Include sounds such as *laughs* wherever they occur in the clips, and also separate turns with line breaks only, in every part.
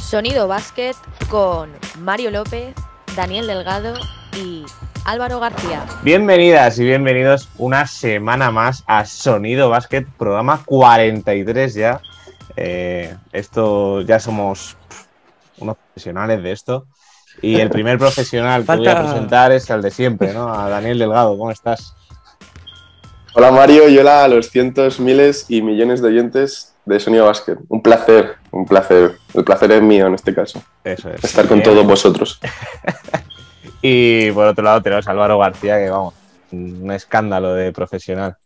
Sonido Basket con Mario López, Daniel Delgado y Álvaro García.
Bienvenidas y bienvenidos una semana más a Sonido Basket, programa 43 ya. Eh, esto ya somos pff, unos profesionales de esto. Y el primer profesional que voy a
Falta-
presentar es el de siempre, ¿no? A Daniel Delgado, ¿cómo estás?
Hola Mario y hola a los cientos, miles y millones de oyentes de Sonido Basket. Un placer, un placer. El placer es mío en este caso,
Eso es.
estar con
Bien.
todos vosotros.
Y por otro lado tenemos a Álvaro García, que vamos, un escándalo de profesional.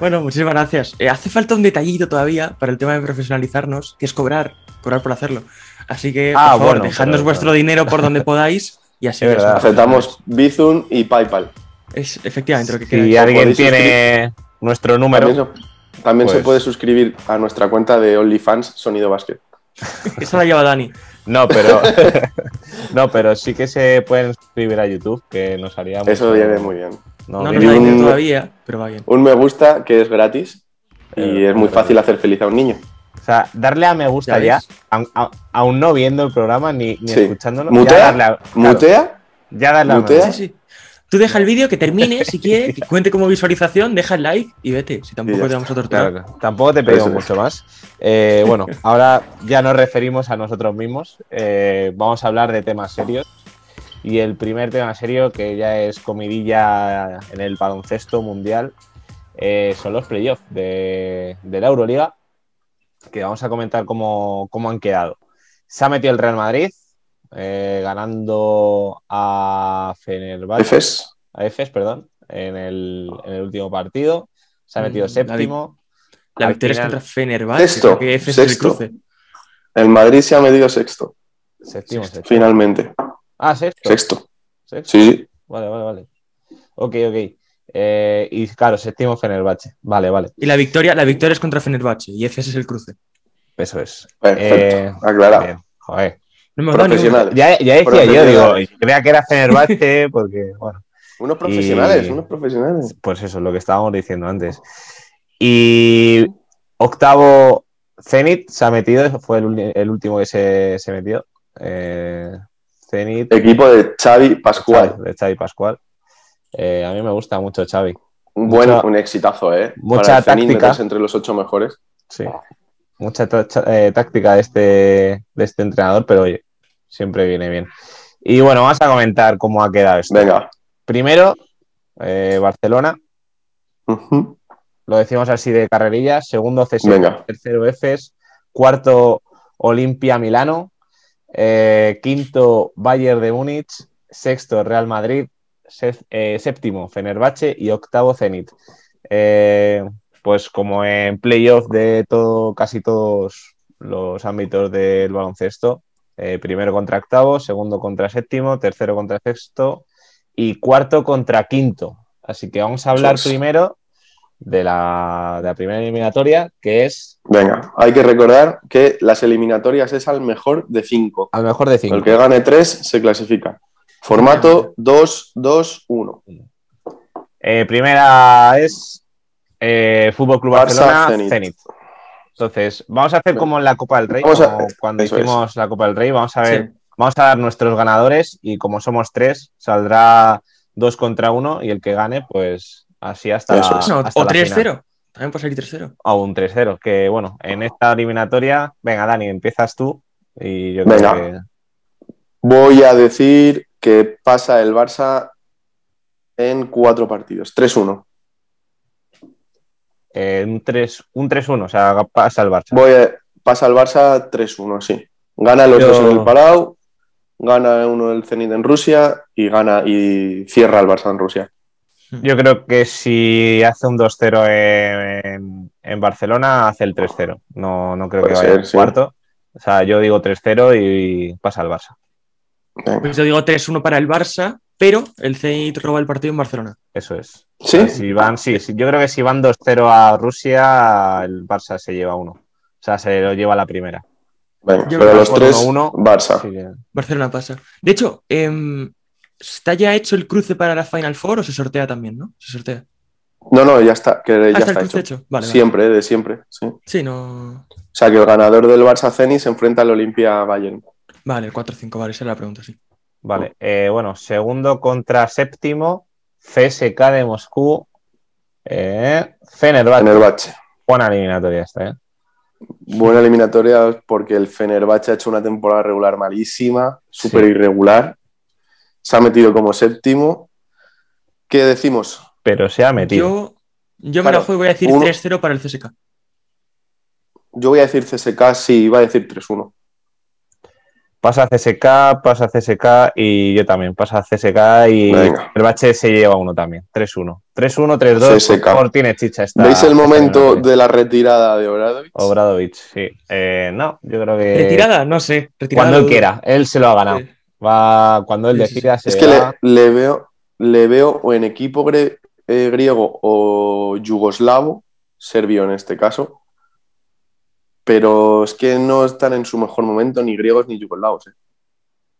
Bueno, muchísimas gracias. Eh, hace falta un detallito todavía para el tema de profesionalizarnos, que es cobrar, cobrar por hacerlo. Así que,
Ah,
por favor,
bueno,
dejadnos
claro,
vuestro
claro.
dinero
*laughs*
por donde podáis y así
Es
ya
verdad. *laughs*
somos
Aceptamos Bizum y PayPal.
profesionales. Es efectivamente lo que
Si
queráis.
alguien
podéis
tiene nuestro
También,
número,
se, también se
Pues-
puede suscribir a nuestra cuenta de OnlyFans Sonido Basket.
Esa la lleva Dani.
no, pero *laughs* no, pero sí que se pueden suscribir a YouTube, que nos haría
Eso
mucho-
viene muy bien.
No,
No, nos
bien.
y
la ha ido
un-
todavía, pero va bien.
Un me gusta que es gratis y
Eh,
es muy
claro.
fácil hacer feliz a un niño.
O sea, darle a me gusta
Ya
ya,
ves.
aun- a- aún no viendo el programa ni, ni
Sí.
escuchándolo,
Mutea,
ya darle a, claro,
Mutea,
ya darle a me
mutea.
Sí, sí. Tú deja el vídeo que
*laughs*
termine, si quieres, que cuente como visualización, deja el like y vete, si
Y
tampoco
ya
te vamos a torturar.
*laughs* Claro, claro. Tampoco te pedimos
Eso es.
mucho más. Eh,
*laughs*
bueno, ahora ya nos referimos a nosotros mismos. Eh, vamos a hablar de temas serios. Y el primer tema serio, que ya es comidilla en el baloncesto mundial, eh, son los playoffs de, de la Euroliga, que vamos a comentar cómo, cómo han quedado. Se ha metido el Real Madrid, eh, ganando a Fenerbahce
Efes.
a Efes, perdón, en el, en el último partido. Se ha metido
Mm,
séptimo.
La
Al
victoria es
final-
contra Fenerbahce.
Sexto,
creo que F es el
sexto.
cruce.
El Madrid se ha medido sexto,
Séptimo, sexto.
finalmente.
Ah, sexto. Eh,
Sexto.
sexto.
Sí, sí.
Vale, vale, vale. Ok, ok. Eh, y claro, séptimo Fenerbahce. Vale, vale.
Y la victoria, la victoria es contra Fenerbahce y F es el cruce.
Eso es.
Perfecto.
Eh,
Aclarado.
bien, joder.
No hemos dado ni una.
Profesional.
Ya, ya decía yo, digo,
Profesionales.
creía que era Fenerbahce *laughs* porque, bueno.
Unos profesionales,
Y-
unos profesionales.
Pues eso, lo que estábamos diciendo antes. Y octavo, Zenit se ha metido, fue el, uni- el último que se, se metió. Eh, Zenit
Equipo de Xavi Pascual.
Xavi- de Xavi Pascual. Eh, a mí me gusta mucho Xavi.
Un buen,
Mucha-
un exitazo, ¿eh?
mucha
Para el Zenit
táctica.
meterse entre los ocho mejores.
Sí. Ah. Mucha ta- cha- eh, táctica de este, de este entrenador, pero oye, siempre viene bien. Y bueno, vamos a comentar cómo ha quedado esto.
Venga.
Primero, eh, Barcelona,
Ujú.
lo decimos así de carrerilla. Segundo, CSK.
Venga.
tercero EFES, cuarto Olimpia Milano, eh, quinto Bayern de Múnich, sexto Real Madrid, se- eh, séptimo Fenerbahce y octavo Zenit. Eh, pues como en playoff de todo, casi todos los ámbitos del baloncesto, eh, primero contra octavo, segundo contra séptimo, tercero contra sexto y cuarto contra quinto. Así que vamos a hablar
Eso es.
primero de la, de la primera eliminatoria, que es
Venga. Hay que recordar que las eliminatorias es al mejor de cinco.
Al mejor de cinco.
El que gane tres se clasifica. Formato 2-2-1.
Eh, primera es eh, Fútbol Club
Barça,
Barcelona,
Zenit.
Zenit. Entonces, vamos a hacer como en la Copa del Rey,
Vamos a-
como cuando
eso es.
hicimos la Copa del Rey, vamos a ver,
Sí.
vamos a dar nuestros ganadores y como somos tres, saldrá dos contra uno y el que gane, pues así hasta,
Eso es.
hasta
No,
la
o
final.
3-0. También puede salir 3-0.
O un 3-0, que bueno, en esta eliminatoria, venga Dani, empiezas tú y yo
Venga.
creo que...
Voy a decir que pasa el Barça en cuatro partidos. 3-1.
eh, un 3 un 3-1, o sea, pasa el Barça.
Voy a- Pasa el Barça 3-1, sí. Gana los
Yo-
dos en el Palau, gana uno el Zenit en Rusia y gana y cierra el Barça en Rusia.
Yo creo que si hace un 2-0 en, en Barcelona, hace el 3-0. No, no creo
Puede
que vaya
ser,
al
sí.
cuarto. O sea, yo digo 3-0 y pasa al Barça.
Venga.
Pues yo digo 3-1 para el Barça, pero el Zenit roba el partido en Barcelona.
Eso es.
¿Sí?
Ah,
O sea, si van, sí, sí. Yo creo que si van 2-0 a Rusia, el Barça se lleva uno. O sea, se lo lleva a la primera.
Venga,
Yo
pero
creo
los
que
tres,
1-1.
Barça.
Así que-
Barcelona pasa. De hecho, em, ¿está ya hecho el cruce para la Final Four o se sortea también, no? Se sortea.
No, no, ya está, que
Ah,
ya
está el
está
cruce
hecho.
hecho. Vale, vale.
Siempre, de siempre. Sí.
Sí, no.
O sea que el ganador del Barça Zenit se enfrenta al Olimpia Bayern.
Vale, el 4-5, vale, esa era la pregunta, sí.
Vale, eh, bueno, segundo contra séptimo, CSK de Moscú, eh, Fenerbahce.
Fenerbahce.
Buena eliminatoria esta, ¿eh?
Buena eliminatoria porque el Fenerbahce ha hecho una temporada regular malísima, súper
Sí.
irregular. Se ha metido como séptimo. ¿Qué decimos?
Pero se ha metido.
Yo, yo me
Claro,
la juego y voy a decir
uno-
3-0 para el CSK.
Yo voy a decir CSK, sí, iba a decir 3-1.
Pasa CSK, pasa CSK y yo también. Pasa CSK y
Venga.
el bache se lleva uno también. 3-1. 3-1, 3-2.
CSK.
Por favor, tiene chicha esta.
¿Veis el
esta
momento
eliminatoria.
de la retirada de Obradovic?
Obradovic, sí. Eh, no, yo creo que.
¿Retirada? No sé. Retirada
Cuando él
dudo.
quiera, él se lo ha ganado.
Sí.
Va, cuando él
Sí, sí, sí.
decida, se
Es que le,
va.
le veo, le veo o en equipo gre- eh, griego o yugoslavo, serbio en este caso, pero es que no están en su mejor momento ni griegos ni yugoslavos. eh.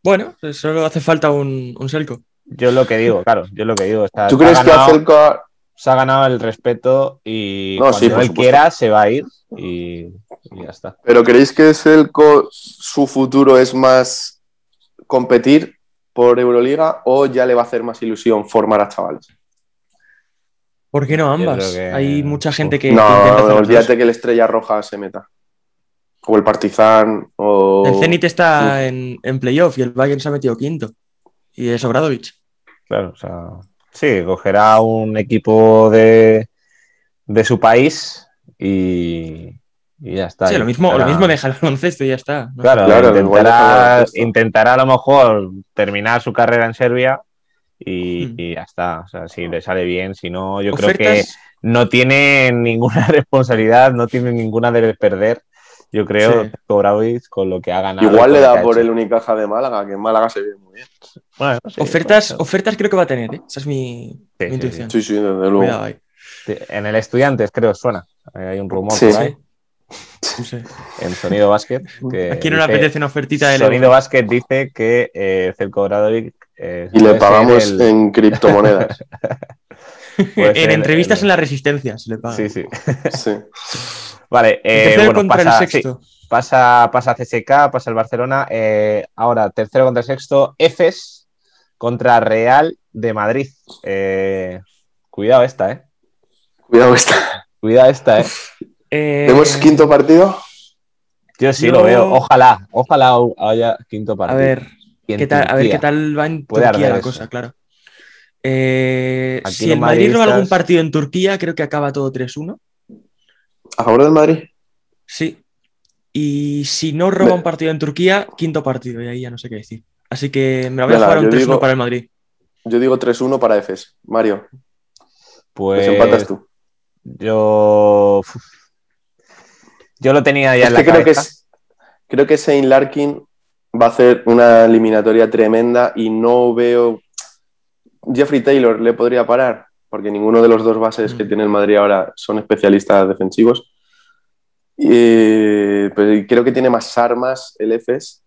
Bueno, solo hace falta un, un Selco.
Yo lo que digo, claro, yo lo que digo. Está,
¿Tú
se Ah, ha
crees que
ganado-
acerca
se ha ganado el respeto y
No,
cuando
sí,
él
por supuesto.
quiera se va a ir y, y ya está.
¿Pero creéis que Selco su futuro es más competir por Euroliga o ya le va a hacer más ilusión formar a chavales?
¿Por qué no ambas?
creo que-
Hay mucha gente que, que intenta hacer
No,
las
olvídate que la estrella roja se meta. O el Partizan o...
dos. El Zenit está en, en playoff y el Bayern se ha metido quinto. Y es Obradovic.
Claro, o sea, sí, cogerá un equipo de, de su país y, y ya está.
Sí, lo mismo, lo
Intentará-
mismo deja el baloncesto y ya está. ¿no?
Claro,
Claro, lo igual deja el
intentará,
baloncesto.
intentará a lo mejor terminar su carrera en Serbia y,
Hmm.
y ya está. O sea, si le sale bien, si no, yo creo que
Ofertas,
no tiene ninguna *laughs* responsabilidad, no tiene ninguna de perder. Yo creo
Sí.
que Obradovic con lo que ha ganado.
Igual
con
le
lo que
da
ha
por
hecho.
el Unicaja de Málaga, que en Málaga se ve muy bien.
Bueno, sí,
ofertas,
bueno,
ofertas creo que va a tener, ¿eh? Esa es mi,
sí,
mi
sí,
intuición.
Sí, sí, desde luego.
eh.
*laughs*
Cuidado ahí.
sí. En el Estudiantes, creo, suena. Eh, Hay un rumor
Sí.
por ahí,
Sí. Sí.
en Sonido
*laughs*
Básquet. Que
¿A quién no
Eh,
le
dice-
apetece una ofertita del
Sonido Básquet dice que eh, Celco Obradovic. eh,
Y le
puede ser
pagamos
el- *laughs*
en criptomonedas.
puede ser
*laughs* en
el-
entrevistas
el-
en la resistencia se le paga.
Sí, sí.
sí.
Vale,
El
eh,
tercero
bueno,
contra
pasa,
el
sí,
sexto.
pasa, pasa CSK, pasa el Barcelona. eh, ahora, tercero contra sexto, Efes contra Real de Madrid. Eh, cuidado esta, ¿eh?
Cuidado está.
Cuidado esta, ¿eh?
Eh,
¿Tenemos quinto partido?
Yo sí
yo-
lo veo. Ojalá, ojalá haya quinto
A
partido.
ver,
Y en
¿qué tal, a ver qué
Turquía.
tal va en
Puede
Turquía
arder
la
eso.
cosa, claro. Eh,
Aquí
si
los
el Madrid roba
madridistas-
algún partido en Turquía, creo que acaba todo 3-1.
¿A favor del Madrid?
Sí. Y si no roba
Me-
un partido en Turquía, quinto partido, y ahí ya no sé qué decir. Así que me la voy a
Venga,
jugar a un
yo
3-1
digo-
para el Madrid.
Yo digo 3-1 para EFES. Mario,
Pues
desempatas tú.
yo. Yo lo tenía ya
Es
en la
que creo que,
cabeza.
es- creo que Shane Larkin va a hacer una eliminatoria tremenda y no veo... Jeffrey Taylor le podría parar, porque ninguno de los dos bases
Mm.
que tiene el Madrid ahora son especialistas defensivos. Y, pues, creo que tiene más armas el EFES,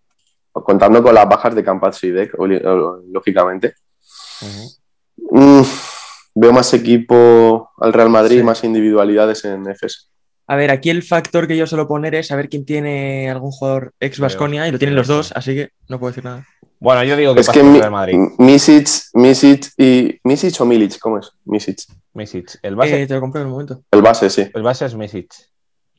contando con las bajas de Campazzo y Dec, oli- o- lógicamente.
Ujú.
Mm, veo más equipo al Real Madrid,
Sí.
más individualidades en EFES.
A ver, aquí el factor que yo suelo poner es saber quién tiene algún jugador ex Vasconia, y lo tienen los dos, así que no puedo decir nada.
Bueno, yo digo que
Es
pasa
que
el
Mi-
Real Madrid.
Misic, Misic y. ¿Misic o Milic? ¿Cómo es? Misic.
Misic. El base,
Eh, te lo compro en un momento.
El base, sí.
el base es Misic.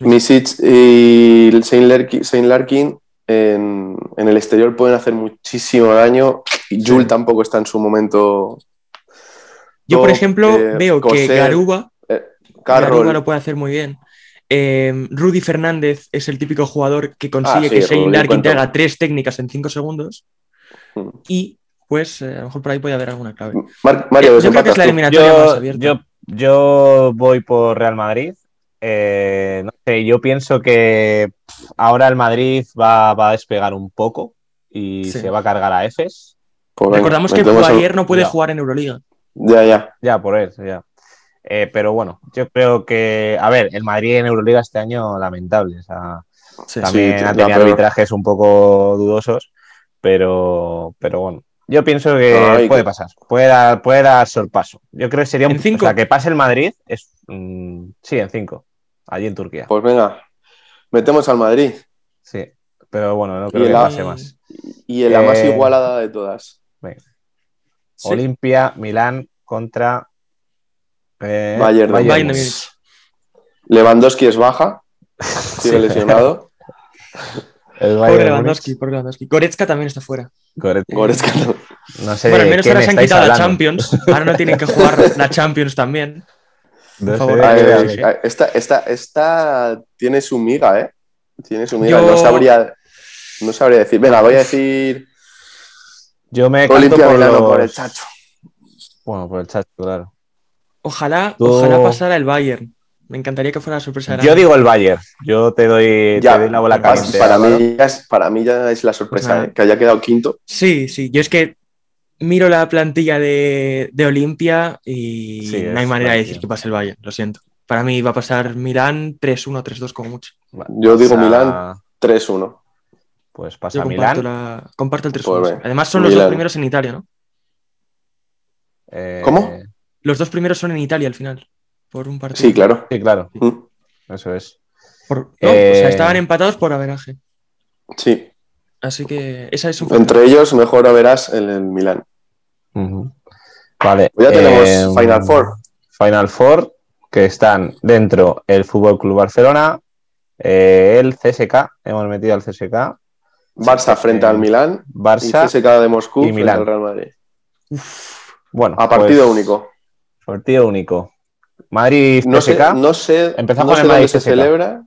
Misic y Saint Larkin, Saint Larkin en, en el exterior pueden hacer muchísimo daño. Y Jul tampoco está en su momento.
Yo, por
Top,
ejemplo,
eh,
veo que
Coser,
Garuba, Garuba
Carroll.
lo puede hacer muy bien. Eh, Rudy Fernández es el típico jugador que consigue
Ah, sí,
que Shane
Rudy,
Larkin te
cuento.
haga tres técnicas en cinco segundos
Mm.
y pues eh, a lo mejor por ahí puede haber alguna clave.
Mar- Mario,
Eh, yo creo que
desempatas
es la
tú.
eliminatoria más
Yo,
abierta.
yo, yo voy por Real Madrid. Eh, no sé, yo pienso que pff, ahora el Madrid va, va a despegar un poco y
Sí.
se va a cargar a Efes.
Pues venga,
Recordamos que
metemos el-
Guayer no puede
Ya.
jugar en Euroliga.
Ya, ya.
Ya, por eso, ya. Eh, pero bueno, yo creo que, a ver, el Madrid en Euroliga este año lamentable. O sea,
Sí, sí.
también
sí,
ha
la
tenido
peor.
arbitrajes un poco dudosos, pero, pero bueno. Yo pienso que
Ay,
puede
que-
pasar, puede dar, puede dar sorpaso. Yo creo que sería un,
¿En cinco?
o sea, que pase el Madrid es mm, sí, en 5, allí en Turquía.
Pues venga. Metemos al Madrid.
Sí, pero bueno, no creo
el
que
A-
pase más.
Y en la más
Eh,
igualada de todas.
Sí.
Olimpia, Milán contra eh,
Bayern de
Bayern de
Múnich.
Múnich.
Lewandowski es baja,
*laughs*
sigue lesionado.
*laughs* El Bayern
Pobre
de
Lewandowski,
Múnich.
pobre Lewandowski. Goretzka también está fuera.
Correcto.
Goretzka no.
No sé
bueno,
de
al menos
qué
ahora
me
se han
estáis
quitado la
hablando.
Champions. Ahora no tienen que
*laughs*
jugar la Champions también.
No sé
favor.
de qué
Ay,
Ay,
me
ay,
habláis.
ay.
esta, esta, esta tiene su miga, ¿eh? Tiene su miga.
Yo-
No, sabría, no sabría decir. Venga, voy a decir
Yo me canto
Olimpia
por,
Milano
los-
por el chacho.
Bueno, por el Chacho, claro.
Ojalá,
Yo-
ojalá pasara el Bayern. Me encantaría que fuera la sorpresa. grande.
Yo digo el Bayern. Yo te doy,
Ya,
te doy la bola
Para,
caliente.
para
Álvaro.
mí ya es, para mí ya es la sorpresa,
Pues nada.
¿eh? que haya quedado quinto.
Sí, sí. Yo es que miro la plantilla de, de Olimpia y
Sí,
no hay
es
manera
plantilla.
de decir que pase el Bayern, lo siento. Para mí va a pasar Milán 3-1, 3-2 como mucho.
Yo digo
Pasa-
Milán. 3-1.
Pues
Yo
pasa
comparto,
Milán.
la- comparto el 3-1.
Pues
sí.
ve,
Además son los dos
Milán.
primeros en Italia, ¿no?
Eh,
¿Cómo?
Los dos primeros son en Italia al final, por un partido.
Sí, claro.
Sí, claro.
Mm,
Eso es.
Por- no, o sea,
Eh,
estaban empatados por averaje.
Sí.
Así que esa es un factor.
Entre ellos, mejor verás el, el Milán.
Vale.
Pues ya tenemos
eh,
Final Four.
Final Four, que están dentro el Fútbol Club Barcelona, eh, el CSK, hemos metido al CSK,
Barça
sí,
frente
sí.
al Milán. Y
Barça.
CSKA de Moscú
y
frente
Milán.
al Real Madrid.
Bueno,
A partido
pues,
único.
Partido único. Madrid
No sé,
CSK.
no sé,
Empezamos con
no sé
el
dónde
Madrid
se
CSKA.
celebra.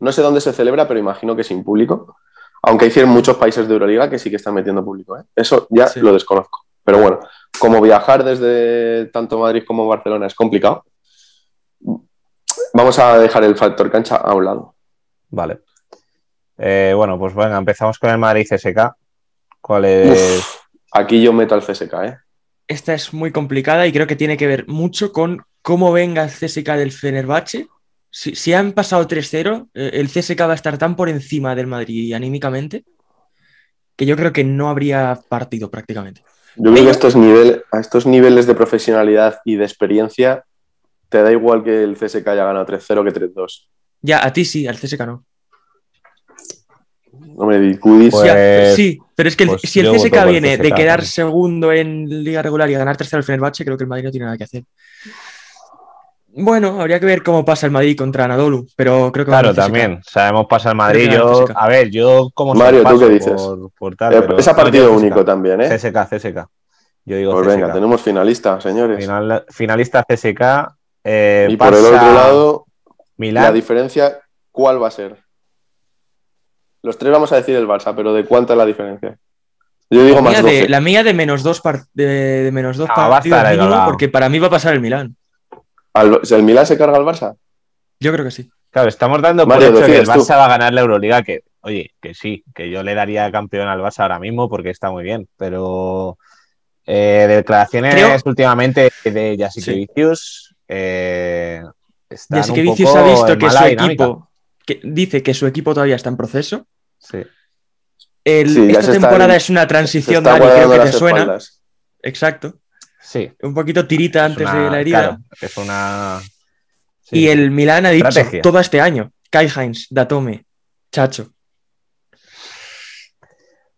No sé dónde se celebra, pero imagino que sin público. Aunque hay muchos países de Euroliga que sí que están metiendo público. ¿eh? Eso ya
Sí.
lo desconozco. Pero bueno, como viajar desde tanto Madrid como Barcelona es complicado, vamos a dejar el factor cancha a un lado.
Vale. Eh, bueno, pues venga, empezamos con el Madrid CSK. ¿Cuál es?
Uf, aquí yo meto al CSK. ¿eh?
Esta es muy complicada y creo que tiene que ver mucho con cómo venga el CSK del Fenerbahce. Si, si han pasado 3-0, eh, el CSK va a estar tan por encima del Madrid anímicamente que yo creo que no habría partido prácticamente.
Yo creo
Pero-
que estos nivel- a estos niveles de profesionalidad y de experiencia te da igual que el CSK haya ganado 3-0 que 3-2.
Ya, a ti sí, al CSK no.
Hombre, Dicudis.
Pues-
Ya, sí, pero es que el-
pues
si el
yo voto
CSK
por el
viene de
CSKA
quedar
también.
segundo en liga regular y ganar tercero al Fenerbahce, creo que el Madrid no tiene nada que hacer. Bueno, habría que ver cómo pasa el Madrid contra Anadolu, pero creo que va a
Claro,
ganar CSKA.
también. Sabemos pasar Madrid.
Creo que gana
Yo,
el CSKA.
a ver, yo como soy
Mario, ¿tú
paso
qué dices?
Por, por tal,
Eh,
pero-
es a
no, yo
partido
CSKA.
único también, ¿eh?
CSK, CSK. Yo digo
Pues
CSK.
venga, tenemos finalista, señores.
Final- finalista CSK. eh,
y por el
Barça,
otro lado, la
Milán.
diferencia, ¿cuál va a ser? Los tres vamos a decir el Barça, pero ¿de cuánta es la diferencia? Yo digo
La
más
mía,
12.
de, la mía de menos dos, par- de, de menos dos
Ah,
partidos
basta, la he
mínimo,
cagado.
porque para mí va a pasar el Milán.
Al- ¿El Milán se carga al Barça?
Yo creo que sí.
Claro, estamos dando por
Mario,
hecho que el
decides tú.
Barça va a ganar la Euroliga, que, oye, que sí, que yo le daría campeón al Barça ahora mismo porque está muy bien, pero eh, declaraciones
Creo-
últimamente de Jasic
Sí.
Vicius, eh, están
Así
un
que Vicius
poco
ha visto
en
que
mala
su
dinámica.
equipo que dice que su equipo todavía está en proceso.
Sí.
El-
Sí, ya
esta
se está-
temporada es una
Se
transición,
está
Dani,
guardando
creo que te
las
suena.
espaldas.
Exacto.
sí.
Un poquito tirita
Es
antes
una-
de la herida.
claro, es una... sí.
Y el Milán ha dicho
Estrategia.
todo este año. Kai Heinz, Datome, Chacho. Mm.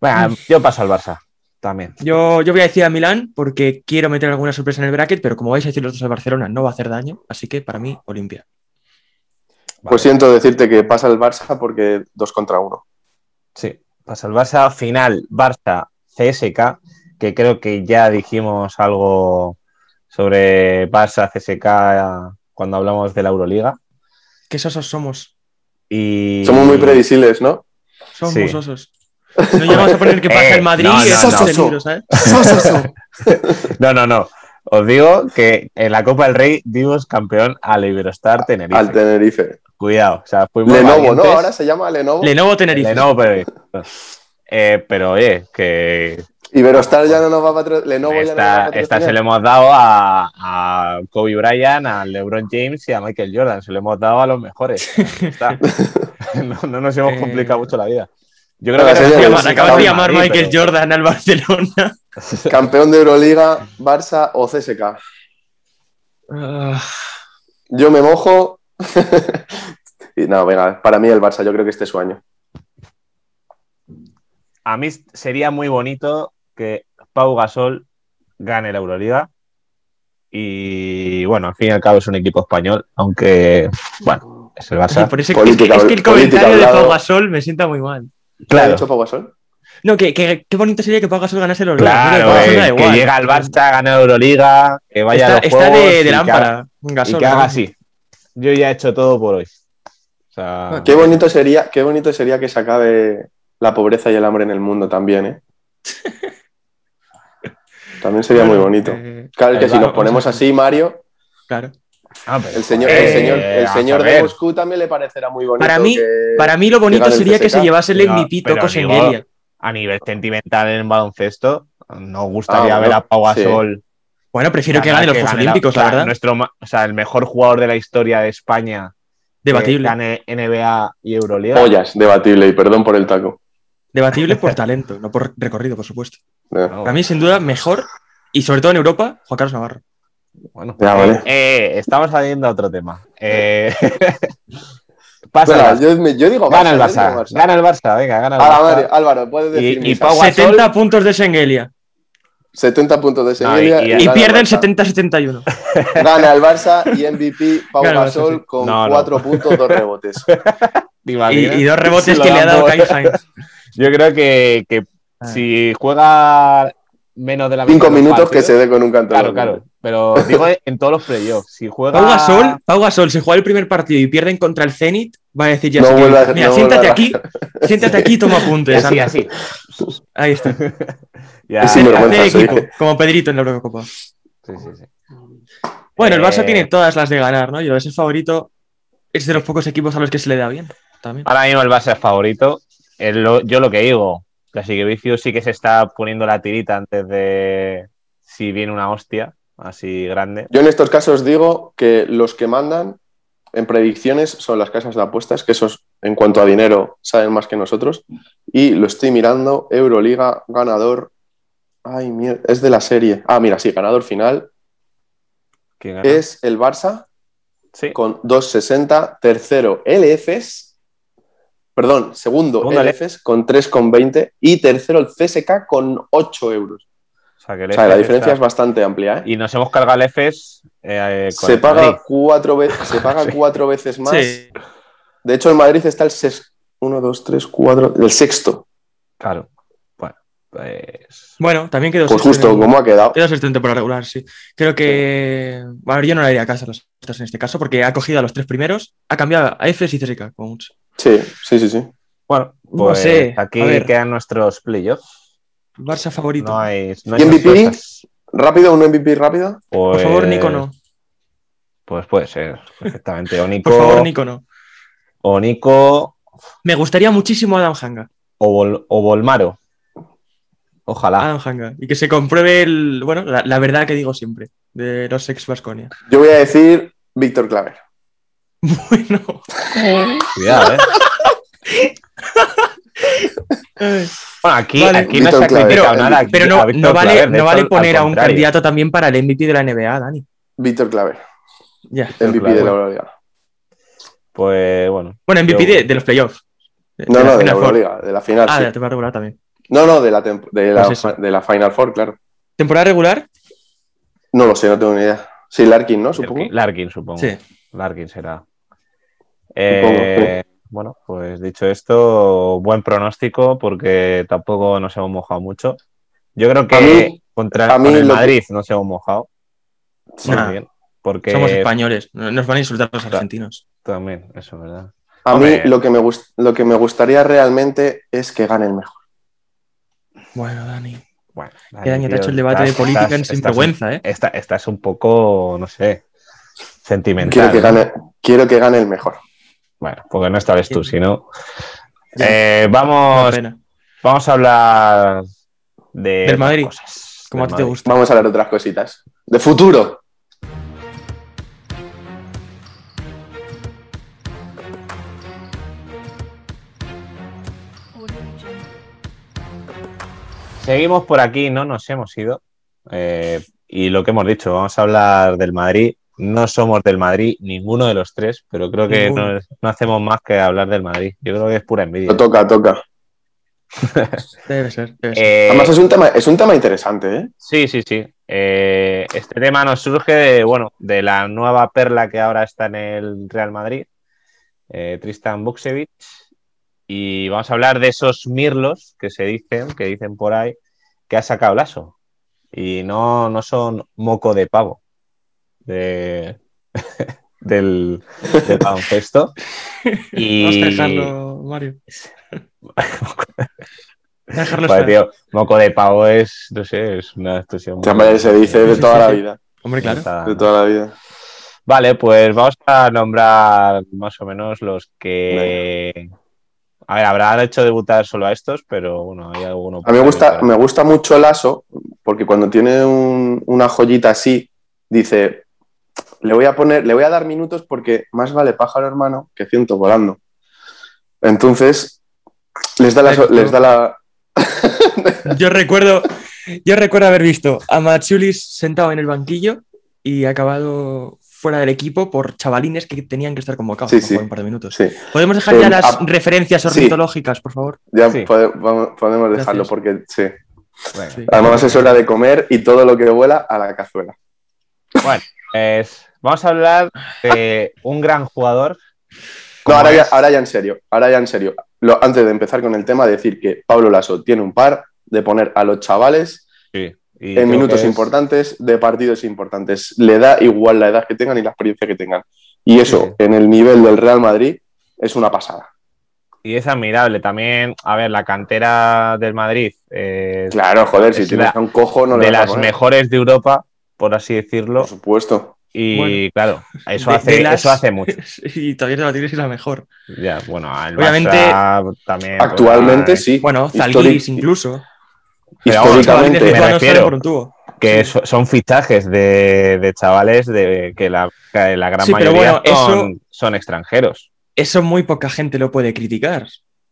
Bueno, yo paso al Barça también.
Yo, yo voy a decir a Milán porque quiero meter alguna sorpresa en el bracket, pero como vais a decir los dos al Barcelona, no va a hacer daño. Así que para mí, Olimpia.
Vale.
Pues siento decirte que pasa el Barça porque dos contra uno.
Sí, pasa el Barça. Final, Barça, CSK, que creo que ya dijimos algo sobre Barça, CSK cuando hablamos de la Euroliga.
Qué sosos somos.
Y...
Somos muy previsibles, ¿no?
Somos
Sí.
muy sosos. No llegamos
*laughs*
a poner que pasa
Eh,
el Madrid
no,
y
no,
es
no.
peligro, ¿sabes?
No, no, no. Os digo que en la Copa del Rey dimos campeón al Iberostar Tenerife.
Al Tenerife.
Cuidado, o sea, fuimos
Lenovo, ¿no?
valientes.
Ahora se llama Lenovo.
Lenovo Tenerife.
Oh. Lenovo, pero... Eh, pero oye, que
Iberostar ya no nos va a patro- Lenovo ya no nos va a
Esta, esta se
patrocinar.
le hemos dado a, a Kobe Bryant, a LeBron James y a Michael Jordan. Se le hemos dado a los mejores.
*laughs*
Ya está. *laughs* No, no nos hemos
Eh,
complicado mucho la vida. Yo creo
Bueno,
que
sí,
ahora
sí,
mismo
sí,
Acabas
sí,
de
sí,
llamar
Madrid,
Michael
pero-
Jordan al Barcelona.
Campeón de Euroliga, Barça o CSK.
Ah,
Yo me mojo. *laughs* Y no, venga, para mí el Barça, yo creo que este es su año.
A mí sería muy bonito que Pau Gasol gane la Euroliga. Y bueno, al fin y al cabo es un equipo español, aunque, bueno, es el Barça.
Por eso que- es, que,
Política-
es que el
política
comentario de
hablado.
Pau Gasol me sienta muy mal.
¿Lo ha
Claro,
dicho Pau Gasol?
No, que, que- qué bonito sería que Pau Gasol ganase el Euroliga.
claro,
Mira, Pau Gasol
eh,
da
que
igual.
llega al Barça, gana Euroliga, que vaya a
Está,
los
está
juegos
de,
y
de
que haga-
lámpara.
y
Gasol,
que haga
¿no?
así. Yo ya he hecho todo por hoy. O sea,
Qué bonito, sería, qué bonito sería que se acabe la pobreza y el hambre en el mundo también, ¿eh? También sería muy
Bueno,
bonito.
eh,
Claro, que
ahí va,
si nos
vamos a
ponemos
ver.
así, Mario,
claro.
ah, pero-
el señor,
Eh,
el señor, el
a
señor de
saber.
Moscú también le parecerá muy bonito.
Para mí-
que-
Para mí lo bonito
Llegar del
sería que se
CSKA.
llevase el
Pero-
MVP
pero
Tocos en
digo-
Gueria.
a nivel sentimental en baloncesto, nos gustaría
Ah, bueno,
ver a Pau
sí.
Gasol.
Bueno, prefiero que
ganar,
gane los Juegos
gane
Olímpicos, la
o sea,
verdad.
nuestro ma- o sea, el mejor jugador de la historia de España. que
Debatible.
Gane NBA y Euroliga.
Ollas, debatible, y perdón por el taco.
Debatible por talento, no por recorrido, por supuesto.
Eh,
No,
Para mí, sin duda, mejor, y sobre todo en Europa, Juan Carlos Navarro.
bueno.
Ya, vale.
Eh, estamos saliendo a otro tema. Eh, *laughs* pasa
Venga,
el Barça.
yo, me- yo digo
Gana el
Barça, Ah, yo digo
Barça. Gana el Barça. Venga, gana el
A la
Barça.
madre, Álvaro, puedes decir
Y- y
mis
Pau Gasol-
70 puntos de Schengelia
70 puntos de
No, y-
Sevilla.
y-
gana
y
el
pierden
Barça.
70-71.
Gana el Barça
*laughs*
y MVP Pau
Gana el Barça,
Gasol
sí.
con
No, no.
4 puntos,
*laughs*
2 rebotes.
¿Te
Y,
imaginas?
y dos rebotes
Se lo
que le
dan
ha dado
por-
Kai Hines.
Yo creo que, que
Ah.
si juega menos de la
5
mitad de los
minutos que
partidos-
se dé con un canto.
Claro, claro. Pero digo en todos los playoffs. Si juega. Eh,
Pau Gasol, Pau Gasol, si juega el primer partido y pierden contra el Zenit, va a decir ya
No
sé que-
vuelva-
Mira,
no
siéntate
vuelva
*laughs*
a-
aquí, siéntate aquí y toma apuntes.
Así,
anda.
así.
Ahí está.
Ya.
Es sinvergüenza,
Ah, Hace
sí.
equipo, como Pedrito en la Eurocopa.
Sí, sí, sí.
Bueno, el Barça
Eh,
tiene todas las de ganar, ¿no? Yo es el favorito. Es de los pocos equipos a los que se le da bien. También.
Ahora mismo el Barça es favorito. Es lo- yo lo que digo, Vicius sí que se está poniendo la tirita antes de si viene una hostia así grande.
Yo en estos casos digo que los que mandan en predicciones son las casas de apuestas, que esos en cuanto a dinero saben más que nosotros. Y lo estoy mirando, Euroliga, ganador. Ay, mierda, es de la serie. Ah, mira, sí, ganador final
que gana.
es el Barça
Sí.
con 2.60. Tercero, LFs. Perdón, segundo,
Segundo,
LFs con 3,20. Y tercero, el CSK con 8 euros.
O sea, que el
O sea, la
Efes
diferencia es
está-
bastante amplia. ¿eh?
Y nos hemos cargado el EFES. eh, con
se
el
paga,
Madrid.
cuatro, ve-
*laughs*
se paga cuatro veces más.
Sí.
De hecho, el Madrid está el sexto. Uno, dos, tres, cuatro. El sexto.
Claro. Bueno, pues.
Bueno, también quedó
Pues
sexto en
justo,
el-
como ha quedado.
Quedó sexto en temporada regular, sí. Creo que. A ver, yo no le haría caso a los otros en este caso, porque ha cogido a los tres primeros, ha cambiado a Fs y CSK. con mucho.
Sí, sí, sí, sí.
Bueno,
No
pues
sé,
aquí
a ver.
quedan nuestros playoffs.
Barça favorito.
No hay, no hay
¿Y MVP?
sorpresas.
Rápido, un MVP rápido.
Por
Pues-
favor, Nico, no.
Pues puede ser, perfectamente. O Nico,
*laughs* Por favor, Nico, no.
o, Nico
Me gustaría muchísimo Adam Hanga.
o, Bol- o Bolmaro.
Ah.
Ojalá.
Adam Hanga. Y que se compruebe el, bueno, la, la verdad que digo siempre de los ex Vasconia.
Yo voy a decir Víctor Claver.
*laughs* Bueno.
*laughs*
Cuidado,
*laughs*
eh. Bueno, aquí,
Vale.
aquí no se
Víctor
ha
Claver.
criticado nada. aquí
Pero no,
a Víctor
no vale,
Claver, de
no vale
hecho, al
poner a un
contrario.
candidato también para el MVP de la NBA, Dani.
Víctor Claver.
Ya.
MVP
Claver.
de la Euroliga.
Pues bueno.
Bueno, MVP
Yo-
de, de los playoffs. De-
No, no, de la
Final Four.
Euroliga, de la final.
Ah,
sí.
de la temporada regular también.
No, no, de la, temp- de, la,
Pues eso.
de la Final Four, claro.
¿Temporada regular?
No lo sé, no tengo ni idea. Sí, Larkin, ¿no? Supongo.
Larkin, Larkin, supongo.
Sí.
Larkin será. Eh, bueno, pues dicho esto, buen pronóstico porque tampoco nos hemos mojado mucho. Yo creo que
A mí-
contra
a mí
con el
lo que-
Madrid nos hemos mojado.
Sí.
Muy
Nah.
bien. Porque
Somos españoles. no- Nos van a insultar los argentinos.
también, eso, ¿verdad?
A mí
Hombre.
lo que, me gust- lo que me gustaría realmente es que gane el mejor.
Bueno, Dani.
Bueno,
Qué daño te ha
tío,
hecho el debate
estás-
de política
estás-
en
estás- *laughs*
sinvergüenza, ¿eh?
Esta, esta es un poco, no sé,
Quiero
sentimental.
que
¿no?
gane, quiero que gane el mejor.
Bueno, porque no estabas tú, sino.
Ya. Una
vamos,
pena.
vamos a hablar de otras
Madrid,
cosas,
Como a
del
ti te
Madrid.
gusta.
Vamos a hablar de otras cositas. De futuro.
Seguimos por aquí, no nos hemos ido. Eh, y lo que hemos dicho, vamos a hablar del Madrid. No somos del Madrid, ninguno de los tres, pero creo que
Ninguno.
no, no hacemos más que hablar del Madrid. Yo creo que es pura envidia.
No toca, toca.
Debe ser, debe ser.
Eh,
Además, es un tema, es un tema interesante, ¿eh?
Sí, sí, sí. Eh, este tema nos surge de, bueno, de la nueva perla que ahora está en el Real Madrid, eh, Tristan Buksevich. Y vamos a hablar de esos mirlos que se dicen, que dicen por ahí, que ha sacado Lasso. Y no, no son moco de pavo de, *laughs* del, del baloncesto. Y...
Vamos a dejarlo,
*laughs*
Mario. Vamos a dejarlo
Joder,
estar.
tío, moco de pavo es, no sé, es una expresión. muy-
Hombre, se dice de toda la vida.
Hombre, claro.
Está-
De toda la vida.
Vale, pues vamos a nombrar más o menos los que. A ver, habrán hecho debutar solo a estos, pero bueno, hay alguno.
A mí me gusta, me gusta mucho Lasso, porque cuando tiene un- una joyita así, dice, le voy a poner, le voy a dar minutos porque más vale pájaro hermano que ciento volando. Entonces, les da la, so- les da la,
Yo recuerdo, yo recuerdo haber visto a Machulis sentado en el banquillo y acabado fuera del equipo por chavalines que tenían que estar convocados
Sí,
por
sí.
un par de minutos.
sí.
¿Podemos dejar
Eh,
ya las
ah,
referencias
sí.
ornitológicas, por favor?
Ya
Sí.
pode- vamos- podemos
Gracias.
dejarlo porque sí.
Sí.
Además
*laughs*
es hora de comer y todo lo que vuela a la cazuela.
Bueno, es- vamos a hablar de un gran jugador.
*laughs* No,
como
ahora ya,
es-
ahora ya en serio, ahora ya en serio. Lo- antes de empezar con el tema, decir que Pablo Lasso tiene un par de poner a los chavales
sí, y creo
en minutos
que es-
importantes de partidos importantes. Le da igual la edad que tengan y la experiencia que tengan. Y eso,
Sí.
en el nivel del Real Madrid, es una pasada.
Y es admirable. También, a ver, la cantera del Madrid. eh,
Claro, joder, si
Es
tienes
la-
a un cojo, no le
de
vas a
las
poner.
mejores de Europa, por así decirlo.
Por supuesto.
Y
Bueno.
claro, eso,
De-
hace,
de las-
eso hace mucho.
Y todavía se la tienes y la mejor.
Ya, bueno, el
Obviamente,
Barça también. pues,
Actualmente
ah,
sí.
Bueno,
Históric-
Zalgiris incluso.
Pero vamos,
Históricamente.
Chavalines que
me
todavía no salen
refiero.
por un tubo.
que so- son fichajes de, de chavales de que la, que la gran
Sí, pero
mayoría
bueno,
son, son extranjeros.
Eso muy poca gente lo puede criticar,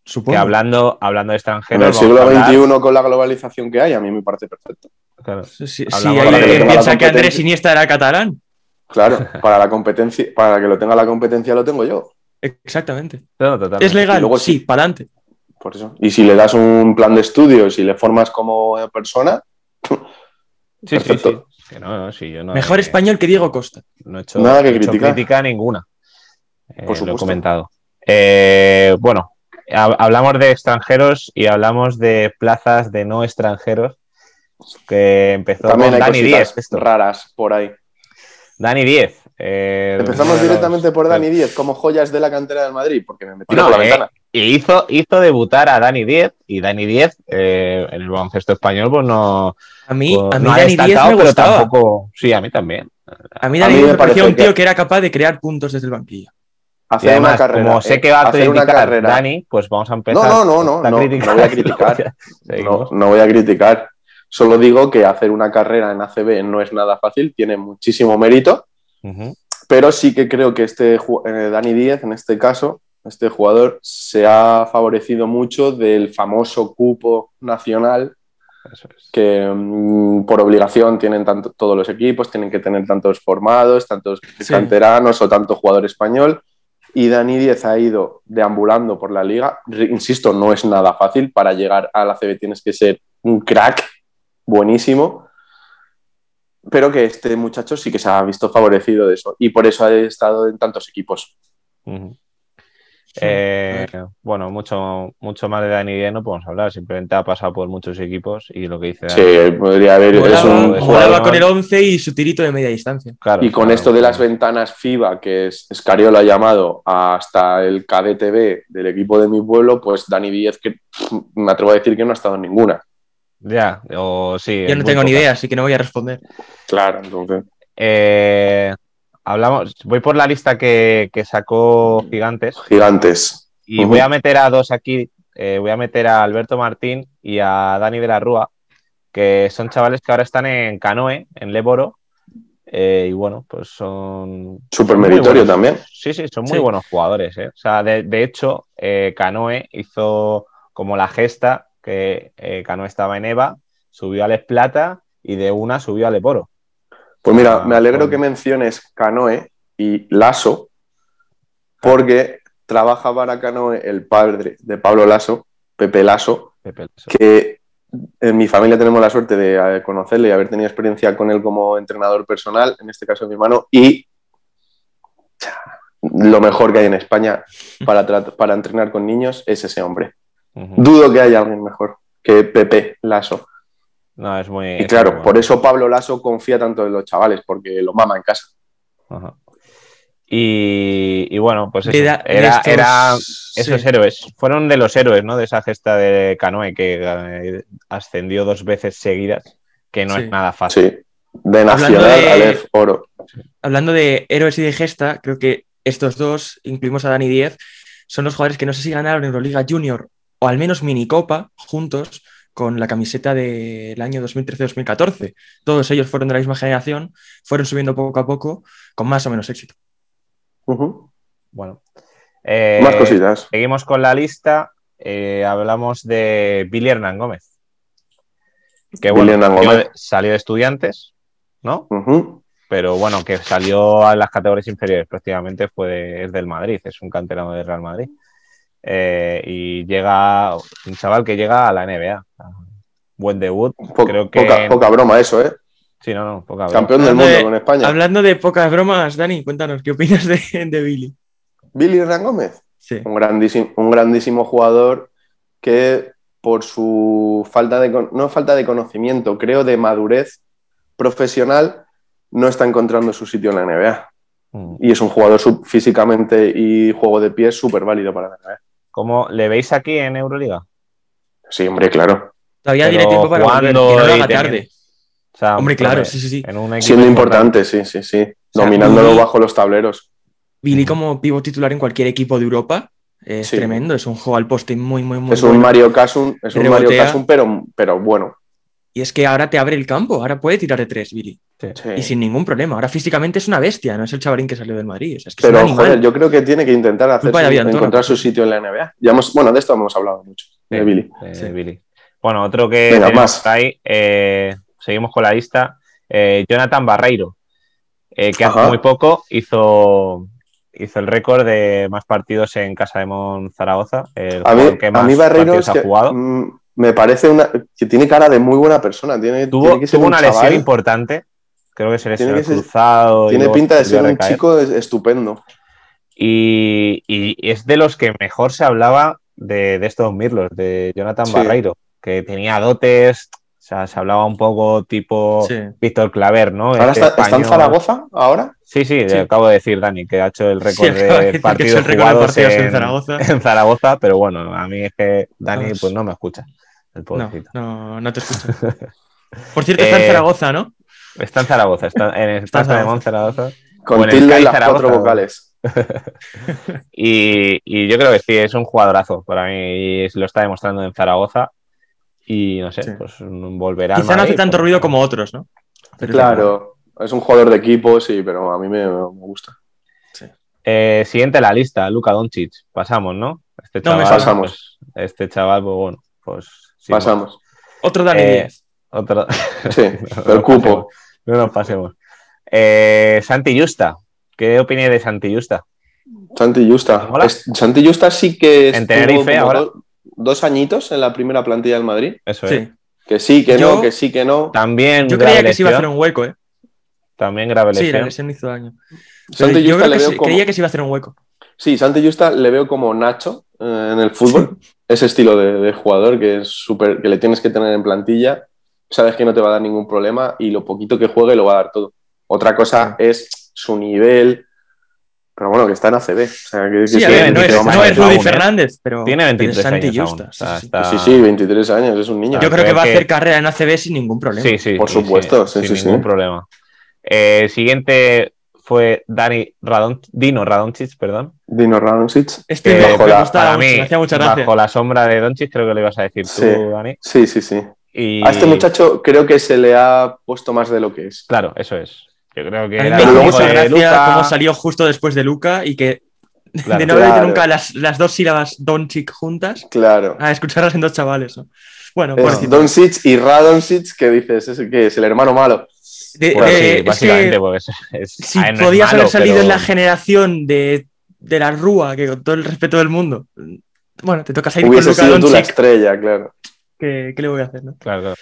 supongo.
Que hablando, hablando de
En
extranjeros.
el siglo
vamos a hablar-
XXI, con la globalización que hay, a mí me parece perfecto.
claro,
Si, si
Hablamos
hay
de la
alguien que
competencia.
piensa que Andrés Iniesta era catalán.
*laughs*
Claro, para la competencia, para que lo tenga la competencia lo tengo yo.
Exactamente.
no, totalmente.
¿Es legal?
Y luego
sí,
sí.
para adelante.
Por eso. Y si le das un plan de estudios y le formas como persona,
Sí, sí,
perfecto.
sí. Que no, no, sí, yo no eh,
Mejor
he-
español que Diego Costa.
No he hecho,
Nada que
no he hecho
criticar.
crítica ninguna. Eh,
Por
lo he
supuesto.
comentado. Eh, bueno, ha- hablamos de extranjeros y hablamos de plazas de no extranjeros. Que empezó
también
con
hay
Dani
cositas
10. esto.
raras por ahí.
Dani 10. eh, uno
Empezamos
de
directamente
los-
por Dani 10 como joyas de la cantera del Madrid, porque me metí
Bueno,
por la
eh,
ventana.
Y hizo, hizo debutar a Dani 10 y Dani 10 eh, en el baloncesto español pues no,
A mí,
pues,
a mí
no ha
Dani Díez
destacado,
me
pero
gustaba.
tampoco, sí, a mí también.
A mí
A
Dani
mí
Díez
me
me parecía
parece
un tío
que-
que... era capaz de crear puntos desde el banquillo.
Hacer
Y además,
una carrera.
como sé
eh,
que va a
hacer una
criticar
carrera.
Dani, pues vamos a empezar.
No, no, no,
la
no, no,
crítica.
no voy
*laughs*
a criticar. No,
Seguimos.
no voy a criticar. Solo digo que hacer una carrera en ACB no es nada fácil, tiene muchísimo mérito,
Ujú.
pero sí que creo que este ju- eh, Dani 10, en este caso, este jugador se ha favorecido mucho del famoso cupo nacional
Eso es.
que mm, por obligación tienen tanto, todos los equipos, tienen que tener tantos formados, tantos
Sí.
canteranos o tanto jugador español. Y Dani 10 ha ido deambulando por la liga. Re- Insisto, no es nada fácil. Para llegar a la CB tienes que ser un crack buenísimo. Pero que este muchacho sí que se ha visto favorecido de eso. Y por eso ha estado en tantos equipos.
Ujú. Eh, bueno, mucho, mucho más de Dani 10 no podemos hablar, simplemente ha pasado por muchos equipos y lo que dice
Sí, podría haber. es
Volaba,
un
Molaba
jugador-
volaba con el 11 y su tirito de media distancia.
claro,
Y con
claro,
esto de las
claro.
ventanas FIBA, que es Escariolo ha llamado hasta el KDTV del equipo de mi pueblo, pues Dani Díez, que pff, me atrevo a decir que no ha estado en ninguna.
Ya, o sí.
Yo
en
no
muy
tengo ni
pocas.
idea, así que no voy a responder.
Claro, entonces.
Eh, hablamos, voy por la lista que, que sacó Gigantes
Gigantes.
y
Ujú.
voy a meter a dos aquí. eh, voy a meter a Alberto Martín y a Dani de la Rúa, que son chavales que ahora están en Canoe, en Leboro. eh, y bueno, pues son.
Súper
son muy
meritorio
buenos.
también.
Sí, sí, son muy
Sí.
buenos jugadores. eh. O sea, de, de hecho, eh, Canoe hizo como la gesta que eh, Canoe estaba en EVA, subió a Les Plata y de una subió a Leboro.
Pues mira,
Ah,
me alegro
bueno.
que menciones Canoe y Lasso, porque trabaja para Canoe el padre de Pablo Lasso, Pepe Lasso,
Pepe Lasso.
que en mi familia tenemos la suerte de eh, conocerle y haber tenido experiencia con él como entrenador personal, en este caso mi hermano, y cha, lo mejor que hay en España para, trat- para entrenar con niños es ese hombre.
Ujú.
Dudo que haya alguien mejor que Pepe Lasso.
No, es muy.
Y
es muy
claro,
bueno.
por eso Pablo Lasso confía tanto en los chavales, porque lo mama en casa.
Ajá. Y, y bueno, pues eso,
De da- de
era,
estos-
era
sí.
esos héroes. Fueron de los héroes, ¿no? De esa gesta de Canoe que eh, ascendió dos veces seguidas, que no
Sí.
es nada fácil.
Sí. De
Hablando
Nacional,
de-
Aleph, Oro.
Hablando de héroes y de gesta, creo que estos dos, incluimos a Dani 10, son los jugadores que no sé si ganaron Euroliga Junior o al menos Minicopa juntos con la camiseta del año 2013-2014. Todos ellos fueron de la misma generación, fueron subiendo poco a poco con más o menos éxito.
Ujú.
Bueno. Eh,
Más cositas.
Seguimos con la lista. Eh, hablamos de Billy Hernán Gómez. Que
Billy
bueno,
Hernán
salió
Gómez.
de- salió de estudiantes, ¿no?
Ujú.
Pero bueno, que salió a las categorías inferiores, prácticamente fue de- es del Madrid, es un canterano del Real Madrid. Eh, y llega un chaval que llega a la NBA. Buen debut,
Po-
creo que-
poca, poca broma eso, ¿eh?
sí, no, no, poca broma.
Campeón del
Hablando
mundo
de-
con España.
Hablando de pocas bromas, Dani, cuéntanos, ¿qué opinas de, de Billy?
Billy Hernán Gómez.
Sí.
Un grandísimo, un grandísimo jugador que por su falta de, con- no falta de conocimiento, creo de madurez profesional, no está encontrando su sitio en la NBA.
Mm.
Y es un jugador sub- físicamente y juego de pies súper válido para la NBA.
¿Cómo le veis aquí en Euroliga?
Sí, hombre, claro.
Todavía
Pero
tiene tiempo para volver, que
jugando
no lo
y
haga
teniendo-
tarde.
O sea,
Hombre, claro,
hombre,
sí, sí, sí.
en un equipo
Siendo importante, sí, sí, sí.
sea,
Dominándolo
Billy-
bajo los tableros.
Billy como pivo titular en cualquier equipo de Europa es
Sí.
tremendo, es un juego al poste muy, muy, muy
es un
bueno.
Mario Casum, es un Mario
Rebotea.
Casum, pero, pero bueno.
Y es que ahora te abre el campo, ahora puede tirar de tres, Billy.
Sí.
Y sin ningún problema. Ahora físicamente es una bestia, no es el chavalín que salió del Madrid. o sea, es que es un
pero
animal.
joder, yo creo que tiene que intentar hacer
Culpa de
su-
David Antona,
encontrar
por
su
ejemplo.
sitio en la NBA. Ya hemos, bueno, de esto hemos hablado mucho, de
Sí.
Billy.
Eh,
Sí.
Billy. Bueno, otro que
Venga,
tenemos
más.
por ahí, eh, seguimos con la lista, eh, Jonathan Barreiro, eh, que
Ajá.
hace muy poco hizo, hizo el récord de más partidos en Casa de Mon Zaragoza, el
A mí,
jugador que
a
más
mí Barreiro
partidos
es que,
ha jugado.
mm, me parece una, que tiene cara de muy buena persona. Tiene,
Tuvo,
tiene que ser
tuvo
un
una lesión
chaval,
importante, creo que se lesionó
que
el
ser-
cruzado. y
Tiene
luego
pinta de
volvió a
ser un
recaer.
chico es- estupendo.
Y, y es de los que mejor se hablaba de, de estos Mirlos, de Jonathan
Sí.
Barreiro, que tenía dotes, o sea, se hablaba un poco tipo
Sí.
Víctor Claver, ¿no?
Ahora
Este
está, está en
español.
Zaragoza ahora.
Sí, sí,
Sí.
acabo de decir, Dani, que ha hecho el
Sí,
récord
acaba de decir
de
que
partidos
es el récord de
jugados
partidos en
en- *laughs*
Zaragoza.
en Zaragoza, pero bueno, a mí es que Dani
Vamos.
pues no me escucha, el
No,
pobrecito.
no, no
*laughs*
te escucho. Por cierto, está en
Eh,
Zaragoza, ¿no?
Está en Zaragoza, está en el
*laughs* Está en
Plaza de
Zaragoza.
Mon Zaragoza.
Con
Bueno, el
tilde
Kai
en las
Zaragoza.
cuatro vocales.
Y, y yo creo que sí, es un jugadorazo para mí. y lo está demostrando en Zaragoza. Y no sé,
Sí.
pues mm, volverá. al
Quizá no hace
Madrid, pues,
tanto
pero-
ruido como otros, ¿no? Pero-
Claro, es un jugador de equipo, sí, pero a mí me, me gusta.
Eh, siguiente en la lista, Luka Doncic. Pasamos, ¿no? Este
No, me
pasamos.
pues, este chaval, pues bueno, pues. sí, *laughs*
Pasamos.
Otro Dani
Eh,
10.
Otro...
Sí,
No
el
nos
cupo.
pasemos, No nos pasemos. Eh, Santi Justa. ¿Qué opináis de Santi Justa?
Santi Justa.
Mola.
Es- Santi Justa sí que
En
estuvo
Tenerife
como
ahora.
do- dos añitos en la primera plantilla del Madrid.
Eso es.
Sí.
Que sí, que
Yo-
no, que sí, que no.
También
Yo
grave
creía que se iba a
lesión,
hacer un hueco, ¿eh?
También grave
Sí, la
lesión.
lesión hizo daño. Pero
Santi
yo
Justa
creo
le
que
veo
sí-
como...
creía que se iba a hacer un hueco.
Sí, Santi Justa le veo como Nacho eh, en el fútbol. Ese estilo de, de jugador que es súper, que le tienes que tener en plantilla. Sabes que no te va a dar ningún problema y lo poquito que juegue lo va a dar todo. Otra cosa es su nivel. Pero bueno, que está en ACB. O sea, que, que
Sí, a
sí,
tiene
ver, no es,
23
no es
años
Rudy
aún, ¿eh?
Fernández, pero,
Tiene
pero
23
es Santi
años aún.
Justa.
O sea,
sí, sí, sí.
está-
Sí, sí, 23 años, es un niño.
Ah,
Yo creo que
creo
va a
que-
hacer carrera en ACB sin ningún problema.
Sí, sí.
Por
sí,
supuesto, sí,
sin
sí,
ningún
sí.
problema. Eh, siguiente fue Dani Radon, Dino Radonchich, perdón.
Dino Radoncic.
Este
que
me,
bajo
me
la-
gustaba
Eh, para
mucho,
mí,
me hacía mucha gracia.
bajo la sombra de Doncic, creo que lo ibas a decir
Sí.
tú, Dani.
Sí, sí, sí.
Y,
A este muchacho creo que se le ha puesto más de lo que es.
Claro, eso es. Yo creo que
A mí
era
me
el
hizo
luego
amigo
mucha
de
gracia
Luka.
cómo salió justo después de Luca y que *laughs*
Claro.
de no haber
Claro.
dicho nunca las, las dos sílabas Doncic juntas
Claro.
a escucharlas en dos chavales. ¿no? Ah, Bueno,
Es
pobrecito.
Doncic y Radoncic que dices, es que es el hermano malo.
De-
Pues
eh,
sí,
es
básicamente,
que
pues es-
si
a ver, no es
podías haber
malo,
salido
pero-
en la generación de, de la Rúa, que con todo el respeto del mundo. Bueno, te toca salir con
Hubiese
Luka
sido tú la
Doncic,
estrella, claro.
que, ¿qué le voy a hacer, no?
Claro, claro.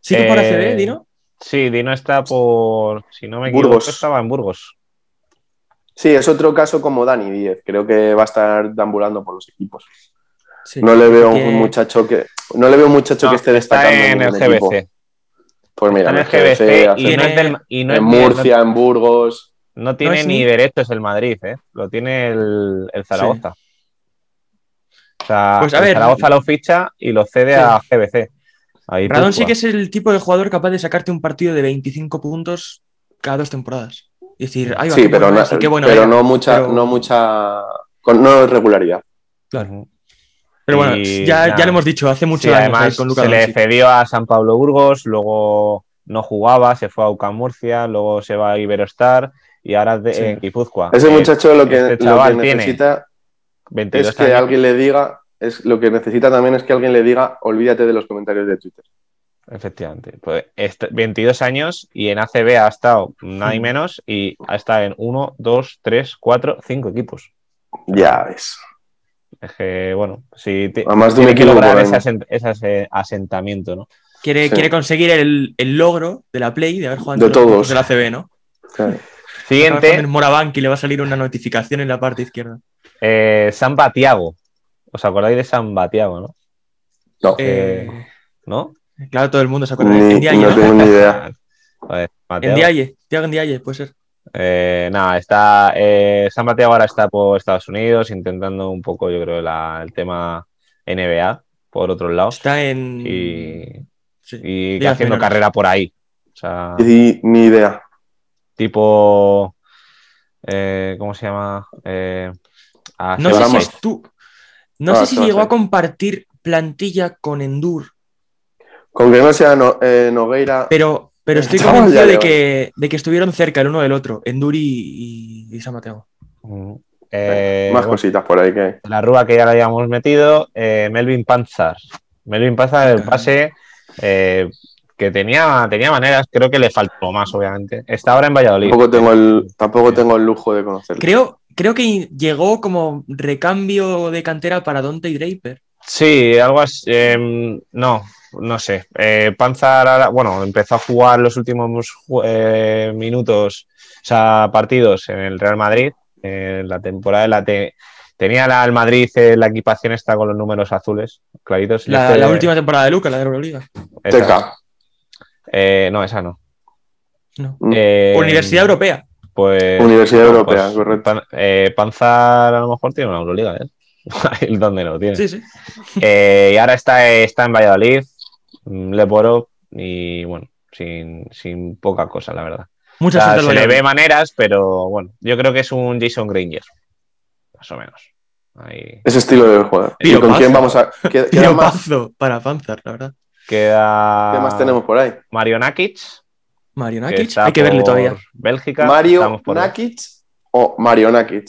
Sí que por
Eh,
ACB, Dino.
Sí, Dino está por. Si no me equivoco,
Burgos.
estaba en Burgos.
Sí, es otro caso como Dani 10. Creo que va a estar deambulando por los equipos.
Sí.
No le veo
Porque-
un muchacho que. No le veo un muchacho
No,
que esté
Está
destacando.
en el
ningún equipo.
GBC.
Pues
Está
mira,
en el
GBC,
GBC
hace-
y no es del. y no es
en
ni-
Murcia, en Burgos.
No tiene
es
ni
ni-
derechos el Madrid, ¿eh? Lo tiene el, el Zaragoza. O sea,
Pues a
el
ver.
Zaragoza lo ficha y lo cede
Sí.
a GBC. Ahí tú
Radon sí que
juegas.
es el tipo de jugador capaz de sacarte un partido de 25 puntos cada dos temporadas. Y decir, ay, va,
Sí,
qué
pero,
bueno
no,
es y qué bueno
pero
era".
no mucha,
pero-
no mucha. Con, no regularidad.
Claro. Pero bueno,
Y
ya,
nada.
ya lo hemos dicho, hace mucho
Sí,
daño
además,
estáis con Luka
se le
Doncic.
cedió a San Pablo Burgos, luego no jugaba, se fue a UCAM Murcia, luego se va a Iberostar y ahora de,
Sí.
en Guipúzcoa.
Ese
Eh,
muchacho lo que,
este
lo que
chaval tiene
necesita
22
es que
años.
alguien le diga. Es, lo que necesita también es que alguien le diga, olvídate de los comentarios de Twitter.
Efectivamente. Pues est- 22 años y en ACB ha estado nada y menos y ha estado en 1, 2, 3, 4, 5 equipos.
Ya ves.
Es que, bueno, si te,
A más de un
tiene que
equipo
lograr
por
ese,
año.
asent- ese ase- eh, asentamiento, ¿no?
Quiere,
Sí.
quiere conseguir el, el logro de la Play de haber jugado
De
entre los
todos.
equipos de la CB, ¿no?
Claro.
Acaba con
Siguiente,
el Morabank y le va a salir una notificación en la parte izquierda.
eh, Samba Tiago. ¿Os acordáis de Samba Tiago, no?
No.
Eh,
¿no?
claro, todo el mundo se acuerda.
Ni-
En Dialle,
no
¿no?
tengo ni idea.
*laughs* Joder, Samba
En
Tiago.
Dialle, Thiago en Dialle, puede ser.
Eh, nada, está. eh, San Mateo ahora está por Estados Unidos intentando un poco, yo creo, la- el tema NBA por otros lados
Está en.
y,
sí.
y
Ligas
haciendo
menores.
carrera por ahí. O sea,
Ni- ni idea.
tipo. eh, ¿Cómo se llama? Eh, a Seba
No sé si
Ramos.
Ramos.
es tú. No
Ah,
sé si
Seba
llegó a
Ramos.
compartir plantilla con Endur,
Con que no sea No- eh, Nogueira.
pero, pero estoy
Chaval,
convencido
ya
de
lleva.
que, de que estuvieron cerca el uno del otro, Endur y, y, y San Mateo.
Mm. Eh,
más
bueno,
cositas por ahí que. hay.
la rúa que ya la habíamos metido, eh, Melvin Panzar. Melvin Panzar, el
Ajá.
pase eh, que tenía, tenía maneras, creo que le faltó más, obviamente. Está ahora en Valladolid.
Tampoco tengo el, tampoco
Sí.
tengo el lujo de conocerlo.
Creo, creo que llegó como recambio de cantera para Dante y Draper.
Sí, algo así. em, no, no sé. Eh, Panzar, ahora- bueno, empezó a jugar los últimos ju- eh, minutos, o sea, partidos en el Real Madrid. En la temporada de la te- tenía la, el Madrid eh, la equipación está con los números azules, claritos. y
La,
este-
la última temporada de Luca, la de Euroliga.
esa.
Teca.
Eh, no, esa no.
No.
Mm.
Eh,
Universidad Europea.
Pues,
Universidad
no,
Europea,
pues,
correcto.
Pan- eh, Panzar a lo mejor tiene una Euroliga, ¿eh? *laughs* Ahí Donde no lo tiene.
Sí, sí.
Eh, y ahora está, está en Valladolid, mm, le poro y bueno, sin, sin poca cosa, la verdad. O
Mucha
sea,
suerte al
se le
Valladolid.
ve maneras, pero bueno, yo creo que es un Jason Granger, más o menos. Ahí
Ese estilo de jugar. ¿Y
Piropazo.
con quién vamos a.?
*laughs*
¿Qué, qué más,
Piropazo para Panzer, la verdad.
queda
qué más tenemos por ahí?
Mario Nakic,
Mario
que
Nakic,
está
hay que verle
por
todavía.
Bélgica.
¿Mario
estamos por-
Nakic o Mario Nakic?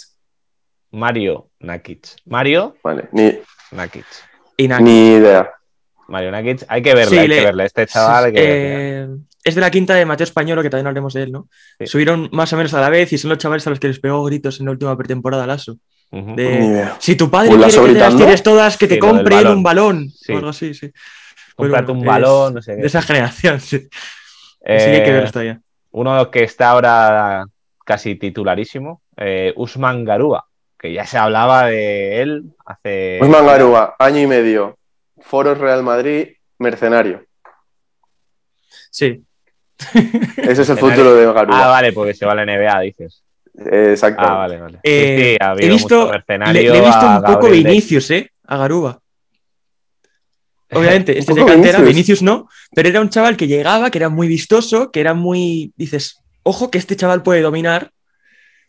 Mario Nakic. Mario
Vale, ni,
Nakic.
Y Nakic.
ni idea.
Mario Nakic, hay que verle,
Sí,
hay
le-
que verle. Este chaval hay que verle.
Eh, es de la quinta de Mateo Españolo, que también hablemos de él, ¿no?
Sí.
Subieron más o menos a la vez y son los chavales a los que les pegó gritos en la última pretemporada Lasso.
Ujú.
de-
Ni idea.
Si tu padre
Pues
quiere
Lasso
que te las
gritando.
tienes todas, que
Sí,
te
lo del
compre él
balón.
un balón.
Sí.
o algo así, sí.
Cómprate un
bueno, es
balón, no sé qué.
De esa generación, sí. Así que hay que
Eh,
verlos todavía.
uno que está ahora casi titularísimo, eh, Usman Garúa, que ya se hablaba de él hace.
Usman Garúa, año y medio. Foros Real Madrid, mercenario.
Sí.
Ese es el
*laughs* Mercenario.
futuro de
Ah,
Garúa.
vale, porque se va a la NBA, dices.
Eh, Exacto.
Ah, vale, vale. Sí,
Eh,
sí, ha
he
habido
visto-
mucho
Le,
mercenario.
le he visto
a
un poco
Gabriel
Vinicius, ¿eh? A Garuba. Obviamente,
Eh, Un
este es de
poco
cantera,
Vinicius.
Vinicius no, pero era un chaval que llegaba, que era muy vistoso, que era muy. Dices, ojo que este chaval puede dominar,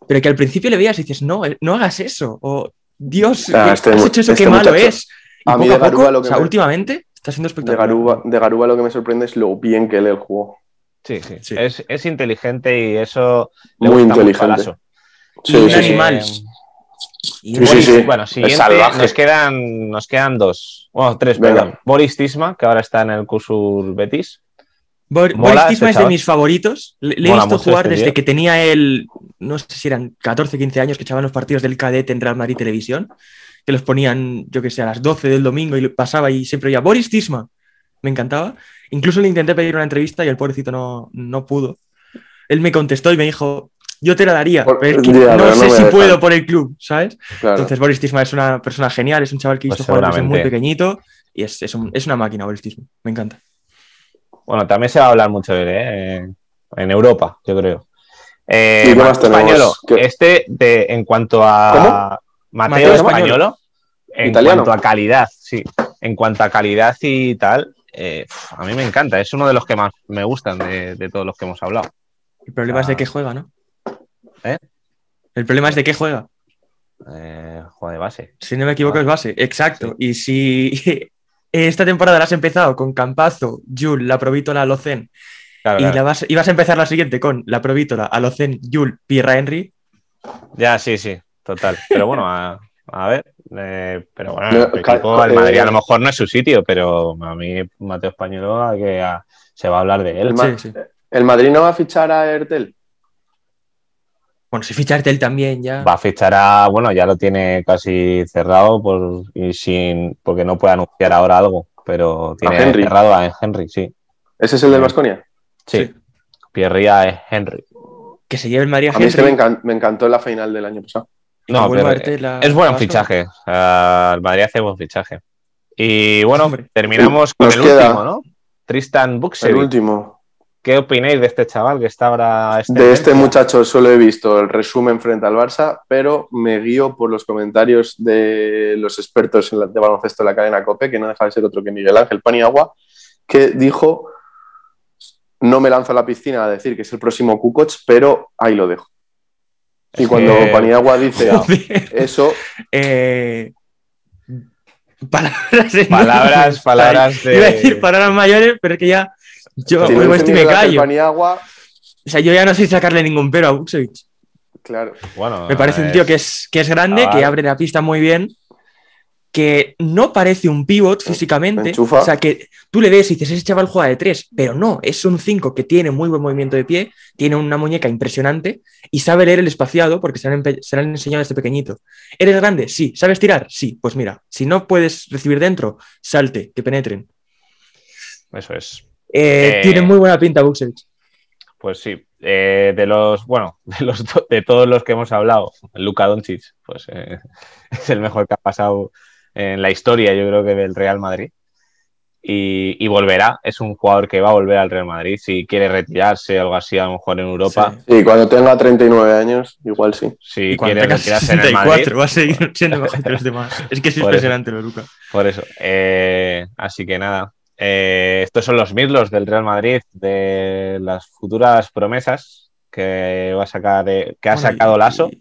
pero que al principio le veías y dices, no, eh, no hagas eso, o Dios,
Ah,
¿qué-
este
has
mu-
hecho eso,
este
qué malo
muchacho.
es. Y
A mí
poco
de
a poco,
Garúa lo que
o sea,
me-
últimamente está siendo
De
espectacular.
Garúa, de Garúa lo que me sorprende es lo bien que lee el juego.
Sí, sí.
Sí.
Es, es inteligente y eso. le
Muy
gusta mucho a
inteligente.
Lasso.
Y
Sí,
un
sí, sí.
animal. Y
Sí, sí,
Boris-
sí.
Bueno, siguiente.
salvaje.
Nos quedan, nos quedan dos. Bueno, tres,
Venga.
perdón. Boris Tisma, que ahora está en el Kusur Betis. Mola
Bor- Boris
este
Tisma es de
chaval.
mis favoritos. Le, le he
Mola
visto
mucho
jugar
este
desde
tío.
que tenía él, no sé si eran 14, 15 años, que echaban los partidos del cadete en Real Madrid Televisión, que los ponían, yo que sé, a las 12 del domingo y lo- pasaba y siempre oía Boris Tisma. Me encantaba. Incluso le intenté pedir una entrevista y el pobrecito no, no pudo. Él me contestó y me dijo, yo te la daría,
Por-
pero es que
ya,
no
pero no
sé
me
si
dejan".
puedo por el club, ¿sabes?
Claro.
Entonces Boris Tisma es una persona genial, es un chaval que he
Pues
visto jugar desde muy
seguramente.
pequeñito y es, es un- es una máquina Boris Tisma. Me encanta.
Bueno, también se va a hablar mucho de él, ¿eh? En Europa, yo creo. Eh,
¿Y qué más
Mateo
tenemos?
Españolo,
¿Qué?
este, de- en cuanto a Mateo,
Mateo
Españolo, en
Italiano.
cuanto a calidad, sí. En cuanto a calidad y tal, eh, pf, a mí me encanta. Es uno de los que más me gustan de, de todos los que hemos hablado.
El problema es
Ah.
de qué juega, ¿no?
¿Eh?
El problema es de qué juega.
Eh, juega de base.
Si no me equivoco,
Ah.
es base. Exacto. Y si *laughs* esta temporada la has empezado con Campazo, Jul, La Provítola, Locen,
Claro,
y,
claro.
la vas, y vas a empezar la siguiente con La Provítola, Alocen, Jul, Pirra Henry,
Ya, sí, sí, total. Pero bueno, a, a ver. eh, pero bueno,
No,
el
ca-
equipo, el
eh,
Madrid a lo mejor no es su sitio, pero a mí Mateo Españolo a que a- se va a hablar de él.
El Ma-
Sí, sí.
¿El Madrid no va a fichar a Ertel?
Bueno, si ficharte él también ya.
Va a fichar a, bueno, ya lo tiene casi cerrado por, y sin, porque no puede anunciar ahora algo, pero tiene
Henry.
cerrado a Henry, sí.
¿Ese es el del
Sí.
Vasconia?
Sí,
Sí.
Pierre es Henry.
Que se lleve el Madrid a
A mí es que me,
Henry.
encan- me encantó la final del año pasado.
y
No,
vuelva
pero
a verte la-
es buen
la-
*laughs*
fichaje. Ah, el Madrid hace buen fichaje. Y bueno,
Hombre.
terminamos con
Nos
el
queda-
último, ¿no? Tristan
El
Buxevic.
último.
¿Qué opináis de este chaval que está ahora? este
De este
Valencia?
muchacho solo he visto el resumen frente al Barça, pero me guío por los comentarios de los expertos en la- de baloncesto de la cadena COPE, que no deja de ser otro que Miguel Ángel Paniagua, que dijo, no me lanzo a la piscina a decir que es el próximo Kukoc, pero ahí lo dejo. Y
Es
cuando
que-
Paniagua dice
Joder.
*laughs*
eso,
*laughs* Eh, palabras en-
Palabras, palabras de.
*laughs* Iba a decir palabras mayores, pero es que ya. Yo
pues
si lo
oigo
dice
esto y me
Miguel Ángel
callo.
Paniagua,
O sea, yo ya no sé sacarle ningún pero a Buxovic.
claro,
Bueno, eh,
Me parece un tío que es, que es grande,
chaval.
que abre la pista muy bien, que no parece un pivot físicamente.
enchufa.
O sea, que tú le ves y dices, ese chaval juega de tres, pero no, es un 5 que tiene muy buen movimiento de pie, tiene una muñeca impresionante y sabe leer el espaciado porque se lo han, empe- se lo han enseñado desde pequeñito. ¿Eres grande? Sí. ¿Sabes tirar? Sí. Pues mira, si no puedes recibir dentro, salte, que penetren.
Eso es.
Eh,
Eh,
Tiene muy buena pinta Buxevic.
Pues sí. eh, de los, bueno, *laughs* de los to- de todos los que hemos hablado, Luka Doncic, pues eh, *laughs* es el mejor que ha pasado en la historia, yo creo que del Real Madrid. Y, y volverá, es un jugador que va a volver al Real Madrid si quiere retirarse o algo así, a lo mejor en Europa.
y cuando tenga 39 años, igual sí.
Si quiere retirarse en el Madrid,
64 va a seguir
*laughs*
siendo mejor que los demás. Es que es
Por eso.
impresionante lo de Luca.
Por eso. Eh, así que nada. Eh, estos son los mirlos del Real Madrid, de las futuras promesas que va a sacar, eh, que ha
Bueno, y-
sacado Lasso.
y-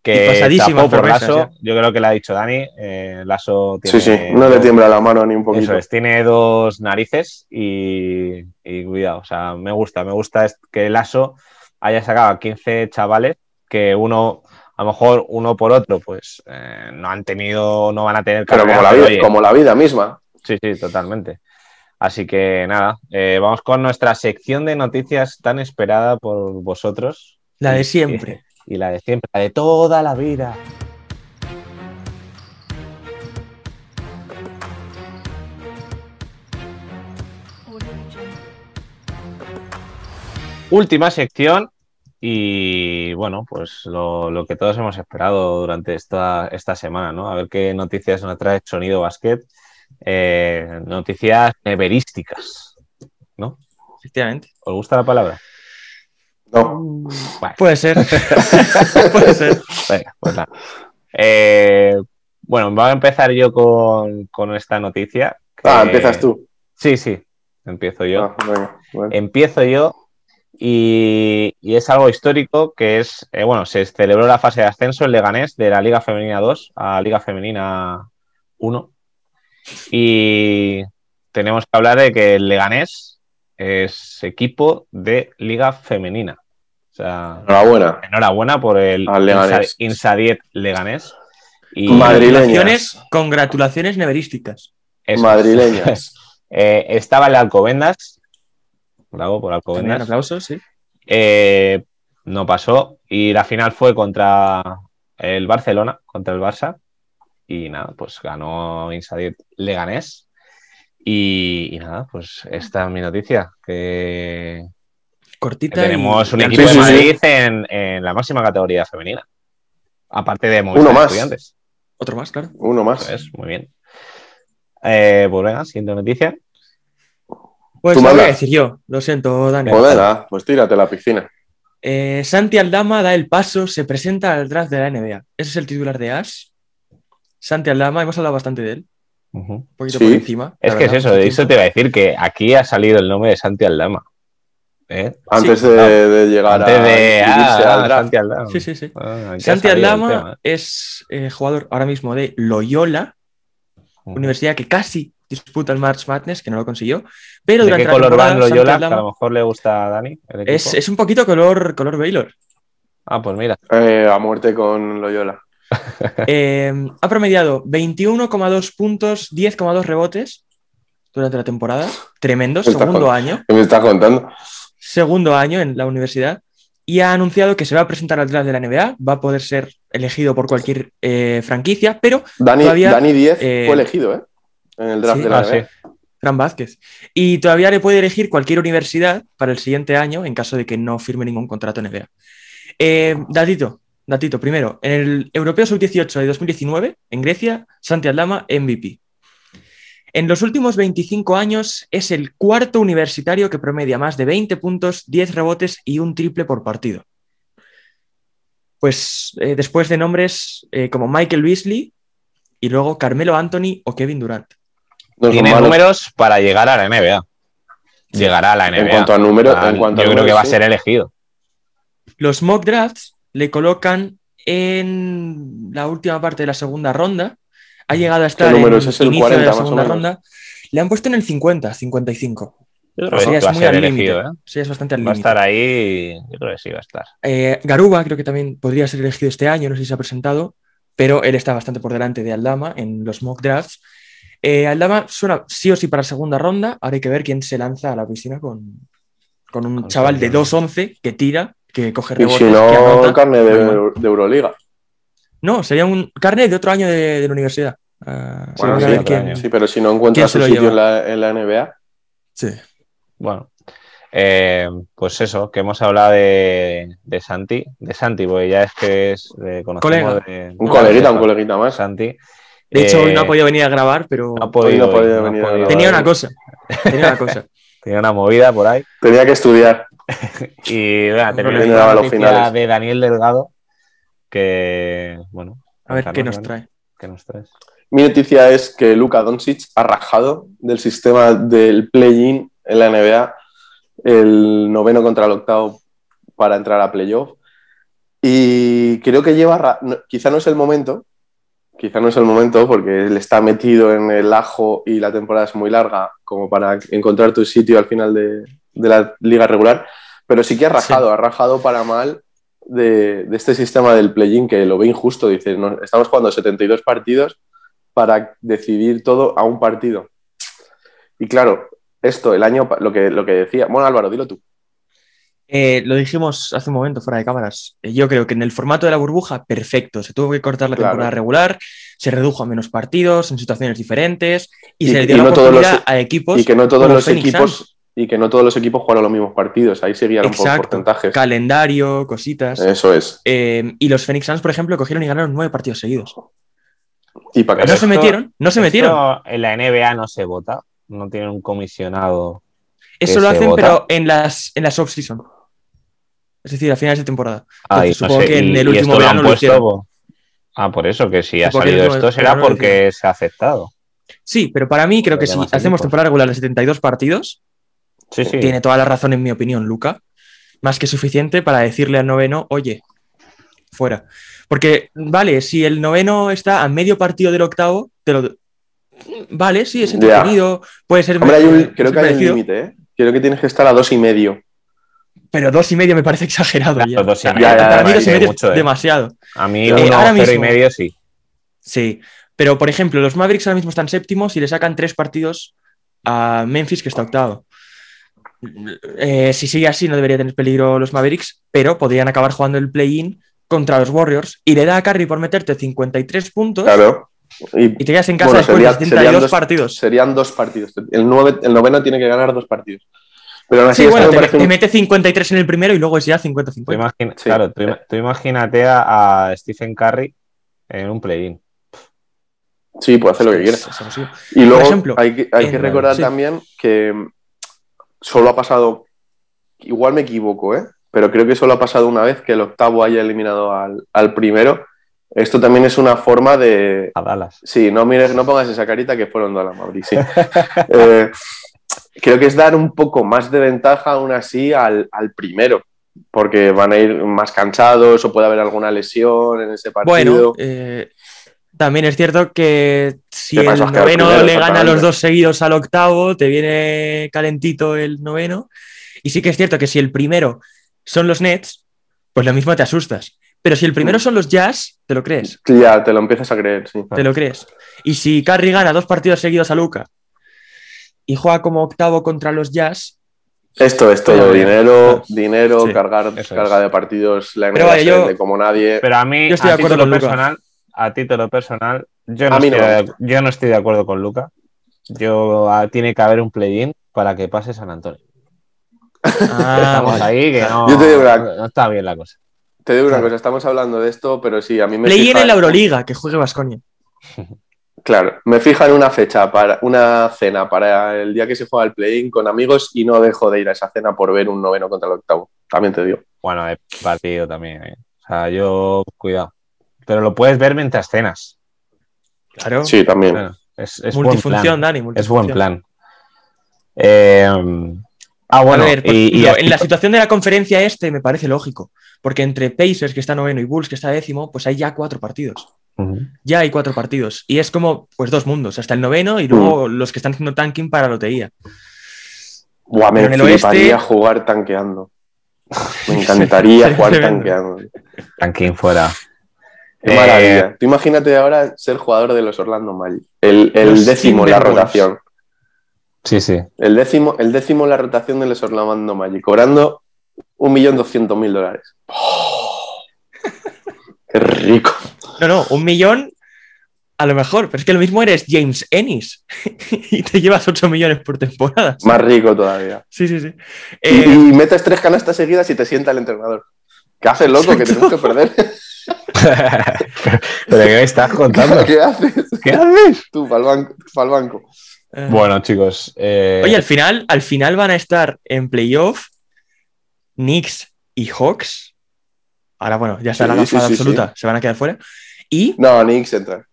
y
Que
pasadísimas
tapó por
promesas,
Lasso.
ya.
Yo creo que le ha dicho Dani. eh, Lasso tiene.
Sí, sí, no le tiembla la mano ni un poquito.
Eso es, tiene dos narices y, y cuidado. O sea, me gusta, me gusta es- que Lasso haya sacado a 15 chavales que uno, a lo mejor uno por otro, pues eh, no han tenido, no van a tener
Pero
carrera,
como la
pero
vida,
oye,
como la vida misma.
Sí, sí, totalmente. Así que nada, eh, vamos con nuestra sección de noticias tan esperada por vosotros.
La
Y-
de siempre.
Y, la de siempre, la de toda la vida. Última sección y bueno, pues lo, lo que todos hemos esperado durante esta, esta semana, ¿no? A ver qué noticias nos trae Sonido Basket. Eh, noticias neverísticas.
Efectivamente.
¿Os gusta la palabra?
No.
Mm. *laughs*
Puede ser. *laughs* Puede ser.
Venga, pues nada. Eh, bueno, voy a empezar yo con, con esta noticia. que-
Ah, empiezas tú.
Sí, sí, empiezo yo.
Ah, venga, bueno.
Empiezo yo y, y es algo histórico que es, eh, bueno, se celebró la fase de ascenso en Leganés de la Liga Femenina 2 a Liga Femenina 1 y tenemos que hablar de que el Leganés es equipo de Liga Femenina. O sea,
Enhorabuena.
enhorabuena por el
Al Leganés.
Insa- Insadiet Leganés. Y
Madrileñas.
Congratulaciones, congratulaciones neverísticas.
*laughs* eso.
Madrileñas.
Eh, estaba el Alcobendas Bravo por
También
Alcobendas.
aplausos, sí.
Eh, no pasó. Y la final fue contra el Barcelona, contra el Barça. Y nada, pues ganó Insadir Leganés. Y, y nada, pues esta es mi noticia. Que
Cortita. y-
tenemos un
y al
equipo de
sí,
peso,
sí.
Madrid en, en la máxima categoría femenina. Aparte de
Uno
Movistar
más.
Estudiantes.
Otro más, claro.
Uno más.
Eso es, muy bien. Pues, Eh, pues venga, siguiente noticia.
Pues
Tú
lo voy a
manda.
decir yo. Lo siento, Dani.
Joder, ah, pues tírate a la piscina.
Eh, Santi Aldama da el paso, se presenta al draft de la NBA. Ese es el titular de Ash. Santi Aldama, hemos hablado bastante de él,
Ujú.
un poquito
Sí.
por encima.
Es
la
que es
verdad,
eso,
hace
eso
tiempo.
te iba a decir que aquí ha salido el nombre de Santi Aldama. ¿Eh?
Antes de,
claro.
de llegar
Antes
a
de
inscribirse
ah,
al draft.
Santi Aldama.
Sí, sí, sí.
Ah, aquí ha
Santi
salido el
Aldama
tema.
es eh, jugador ahora mismo de Loyola, universidad que casi disputa el March Madness, que no lo consiguió. Pero
¿De
durante
qué
la
color
temporada,
van
Santi
Loyola? Que
Aldama
a lo mejor le gusta a Dani. el equipo.
es, es un poquito color,
*laughs*
color Baylor.
Ah, pues mira.
Eh, a muerte con Loyola.
Eh, ha promediado 21,2 puntos, 10,2 rebotes durante la temporada. Tremendo,
Está
segundo
jodido.
año.
¿Qué me estás contando?
segundo año en la universidad y ha anunciado que se va a presentar al draft de la NBA, va a poder ser elegido por cualquier eh, franquicia, pero
Dani,
Todavía,
Dani 10
eh,
fue elegido, ¿eh? En el draft
sí.
de la
Ah,
NBA.
sí.
Fran Vázquez. Y todavía le puede elegir cualquier universidad para el siguiente año en caso de que no firme ningún contrato NBA. Eh, datito, datito. Primero, en el Europeo Sub-18 de 2019, en Grecia, Santi Aldama, MVP. En los últimos 25 años es el cuarto universitario que promedia más de 20 puntos, 10 rebotes y un triple por partido. Pues eh, después de nombres eh, como Michael Beasley y luego Carmelo Anthony o Kevin Durant.
No son
Tiene
malos.
números para llegar a la NBA. Llegará a la NBA.
En cuanto a números,
Ah,
en cuanto a
yo creo
números,
que va a
sí.
ser elegido.
Los mock drafts le colocan en la última parte de la segunda ronda. Ha llegado a estar en
número
el
es ese? El
inicio de la
40 más o
segunda
menos.
ronda. Le han puesto en el 50, 55.
Yo
O
creo
sea,
que
es
va a
muy
ser
al límite.
elegido. ¿eh?
O sea, es bastante al
Va a
límite.
estar ahí. Yo creo que sí va a estar.
Eh, Garuba creo que también podría ser elegido este año, no sé si se ha presentado, pero él está bastante por delante de Aldama en los mock drafts. Eh, Aldama suena sí o sí para segunda ronda, ahora hay que ver quién se lanza a la piscina con, con un
Con
chaval de
Santi Aldama.
2'11 que tira, que coge
Y
rebotes,
si
que anota.
no, carne de,
Muy mal.
de Euroliga.
No, sería un carnet de otro año de, de la universidad. Ah,
Sí,
vamos a
sí,
ver
otro
quién-
año.
Sí, pero si no
¿Quién
encuentras
se
su
lo
sitio
lleva?
en la, en la NBA,
sí.
Bueno, eh, pues eso, que hemos hablado de, de Santi, de Santi, porque ya es que es de
Colega.
conocemos de-
un
Ah,
de-
coleguita,
de-
un coleguita más.
Santi.
De hecho,
Eh,
hoy no ha podido venir a grabar, pero
no ha podido
Hoy no ha podido
ir, no ha
venir a
podido
grabar.
tenía
ir.
una cosa. Tenía una cosa.
Tenía una movida por ahí.
Tenía que estudiar.
Y bueno,
No
terminamos
le
con
daba
la
los
noticia
finales.
de Daniel Delgado, que bueno,
A ver qué
Carlos,
nos
bueno,
trae.
¿qué nos traes?
Mi noticia es que Luka Doncic ha rajado del sistema del play-in en la NBA, el noveno contra el octavo para entrar a playoff. Y creo que lleva, ra- no- quizá no es el momento, quizá no es el momento porque él está metido en el ajo y la temporada es muy larga como para encontrar tu sitio al final de, de la liga regular, pero sí que ha rajado, ha rajado para mal de, de este sistema del play-in que lo ve injusto. Dice, "No, estamos jugando 72 partidos para decidir todo a un partido. Y claro, esto, el año, pa- lo que, lo que decía, bueno Álvaro, dilo tú.
Eh, lo dijimos hace un momento fuera de cámaras. Eh, Yo creo que en el formato de la burbuja, perfecto. Se tuvo que cortar la
Claro.
temporada regular, se redujo a menos partidos, en situaciones diferentes, y,
Y-
se le dio
y
la
no todos los-
oportunidad a equipos
Y que no todos
como
los
Phoenix Suns.
equipos y que no todos los equipos jugaron los mismos partidos, ahí seguían por
Exacto.
porcentajes.
calendario, cositas.
Eso es.
Eh, y los Phoenix Suns, por ejemplo, cogieron y ganaron nueve partidos seguidos.
Y para
Pero
no
que
se
esto-
metieron, no se
Esto
metieron.
En la NBA no se vota, no tienen un comisionado.
Eso
que
lo
se
hacen,
vota.
pero en las, en las off-season. Es decir, a finales de temporada.
Ay,
Entonces, supongo
no sé,
que en
y-
el
y
último
esto lo
verano
han
lo
puesto
hicieron.
po- Ah, por eso, que si ha
Supongo que
salido
el último
esto será
verano lo
porque se ha aceptado.
Sí, pero para mí creo
Los
que si
demás
hacemos
equipos.
temporada regular de 72 partidos,
Sí, sí.
tiene toda la razón en mi opinión, Luca. Más que suficiente para decirle al noveno, oye, fuera. Porque, vale, si el noveno está a medio partido del octavo, te lo... Vale, sí, es
Ya.
entretenido, puede ser...
Hombre, hay un- creo
es
que hay un
merecido,
límite, ¿eh? Creo que tienes que estar a dos y medio.
Pero dos y medio me parece *laughs* exagerado.
Claro,
ya.
dos y
O sea,
medio,
te
para mí dos y
parece
medio
mucho,
es
¿eh?
demasiado.
A mí
Eh,
uno,
ahora
cero y
mismo.
medio sí.
Sí, pero por ejemplo, los Mavericks ahora mismo están séptimos y le sacan tres partidos a Memphis, que está octavo. eh, si sigue así no debería tener peligro los Mavericks, pero podrían acabar jugando el play-in contra los Warriors y le da a Curry por meterte 53 puntos
Claro. Y
y te quedas en casa
Bueno,
después
sería-
de
serían
72
dos-
partidos.
serían dos partidos. El, nueve- el noveno tiene que ganar dos partidos. Pero aún así,
Sí,
esto
bueno,
me
te,
parece
te
un-
mete 53 en el primero y luego es ya
Tú
50-50.
imagina-
Sí.
Claro, tú, ima- tú imagínate a, a Stephen Curry en un play-in.
Sí, puede hacer lo que quiera.
Es- es absurdo.
Y luego
ejemplo,
hay que, hay que
en-
recordar
sí.
también que mm, solo ha pasado, igual me equivoco, ¿eh? pero creo que solo ha pasado una vez que el octavo haya eliminado al, al primero. Esto también es una forma de...
A Dallas.
Sí, no mires, no pongas esa carita que fueron dos a la Madrid,
*laughs*
sí. Eh, creo que es dar un poco más de ventaja aún así al, al primero, porque van a ir más cansados o puede haber alguna lesión en ese partido.
Bueno, eh, también es cierto que si
Te
el
pasas cada
noveno
primero,
le gana
exactamente.
los dos seguidos al octavo, te viene calentito el noveno. Y sí que es cierto que si el primero son los Nets, pues lo mismo te asustas. Pero si el primero
Mm.
son los Jazz, te lo crees,
ya te lo empiezas a creer, sí.
Ah.
te lo crees. Y si Curry gana dos partidos seguidos a Luca y juega como octavo contra los Jazz,
*laughs*
Esto es todo,
Pero,
dinero,
claro.
dinero,
Sí,
cargar,
eso
carga
es.
de partidos, la NBA
Pero vaya,
se
yo-
vende como nadie.
Pero a mí,
Yo estoy
a
de acuerdo
título
con Luka.
personal, a título personal, yo no,
A mí no.
estoy, de- yo no estoy de acuerdo con Luca. Yo ah, tiene que haber un play-in para que pase San Antonio.
Ah,
Estamos
vale.
ahí que no,
Yo te digo una-
no está bien la cosa.
Te digo una
Claro.
cosa, estamos hablando de esto, pero sí, a mí me
Play-in
fija-
en la Euroliga, que juegue Vasconia.
Claro, me fijan una fecha para una cena para el día que se juega el play-in con amigos y no dejo de ir a esa cena por ver un noveno contra el octavo. También te digo.
Bueno, de partido también. ¿eh? O sea, yo, cuidado. Pero lo puedes ver mientras cenas.
Claro.
Sí, también.
Claro, es, es buen plan.
multifunción, Dani.
Es buen
multifunción.
plan. Eh, ah, bueno,
a ver, por
y, y
ejemplo,
aquí-
en la situación de la conferencia este me parece lógico, porque entre Pacers, que está noveno, y Bulls, que está décimo, pues hay ya cuatro partidos.
Ujú.
Ya hay cuatro partidos. Y es como, pues dos mundos, hasta el noveno y
Mm.
luego los que están haciendo tanking para la lotería.
Buah, me
Pero en el
fliparía
oeste- *laughs*
jugar tanqueando. Me encantaría
Sí,
jugar
tremendo.
tanqueando.
Tanquín fuera.
Qué
Eh,
maravilla. Tú imagínate ahora ser jugador de los Orlando Magic. El, el
Los
décimo, en la
Timberwolves.
rotación.
Sí,
*laughs*
sí.
El décimo, el décimo en la rotación de los Orlando Magic, cobrando
*laughs*
1.200.000 dólares. ¡Qué rico!
No, no, un millón a lo mejor, pero es que lo mismo eres James Ennis *laughs* y te llevas ocho millones por temporada.
Más rico todavía.
Sí, sí, sí.
Y-
Eh,
y, metes tres canastas seguidas y te sienta el entrenador. ¿Qué haces, loco? Que tienes que perder.
*laughs* ¿Pero qué me estás
*laughs*
contando?
¿Qué haces?
¿Qué haces?
Tú, para el banco. pa'l banco.
eh,
*laughs* Bueno, chicos. eh,
Oye, al final, al final van a estar en playoff Knicks y Hawks. Ahora, bueno, ya está la
Sí, sí,
gafada
sí,
absoluta, se van a quedar fuera. Y,
No, Knicks entra.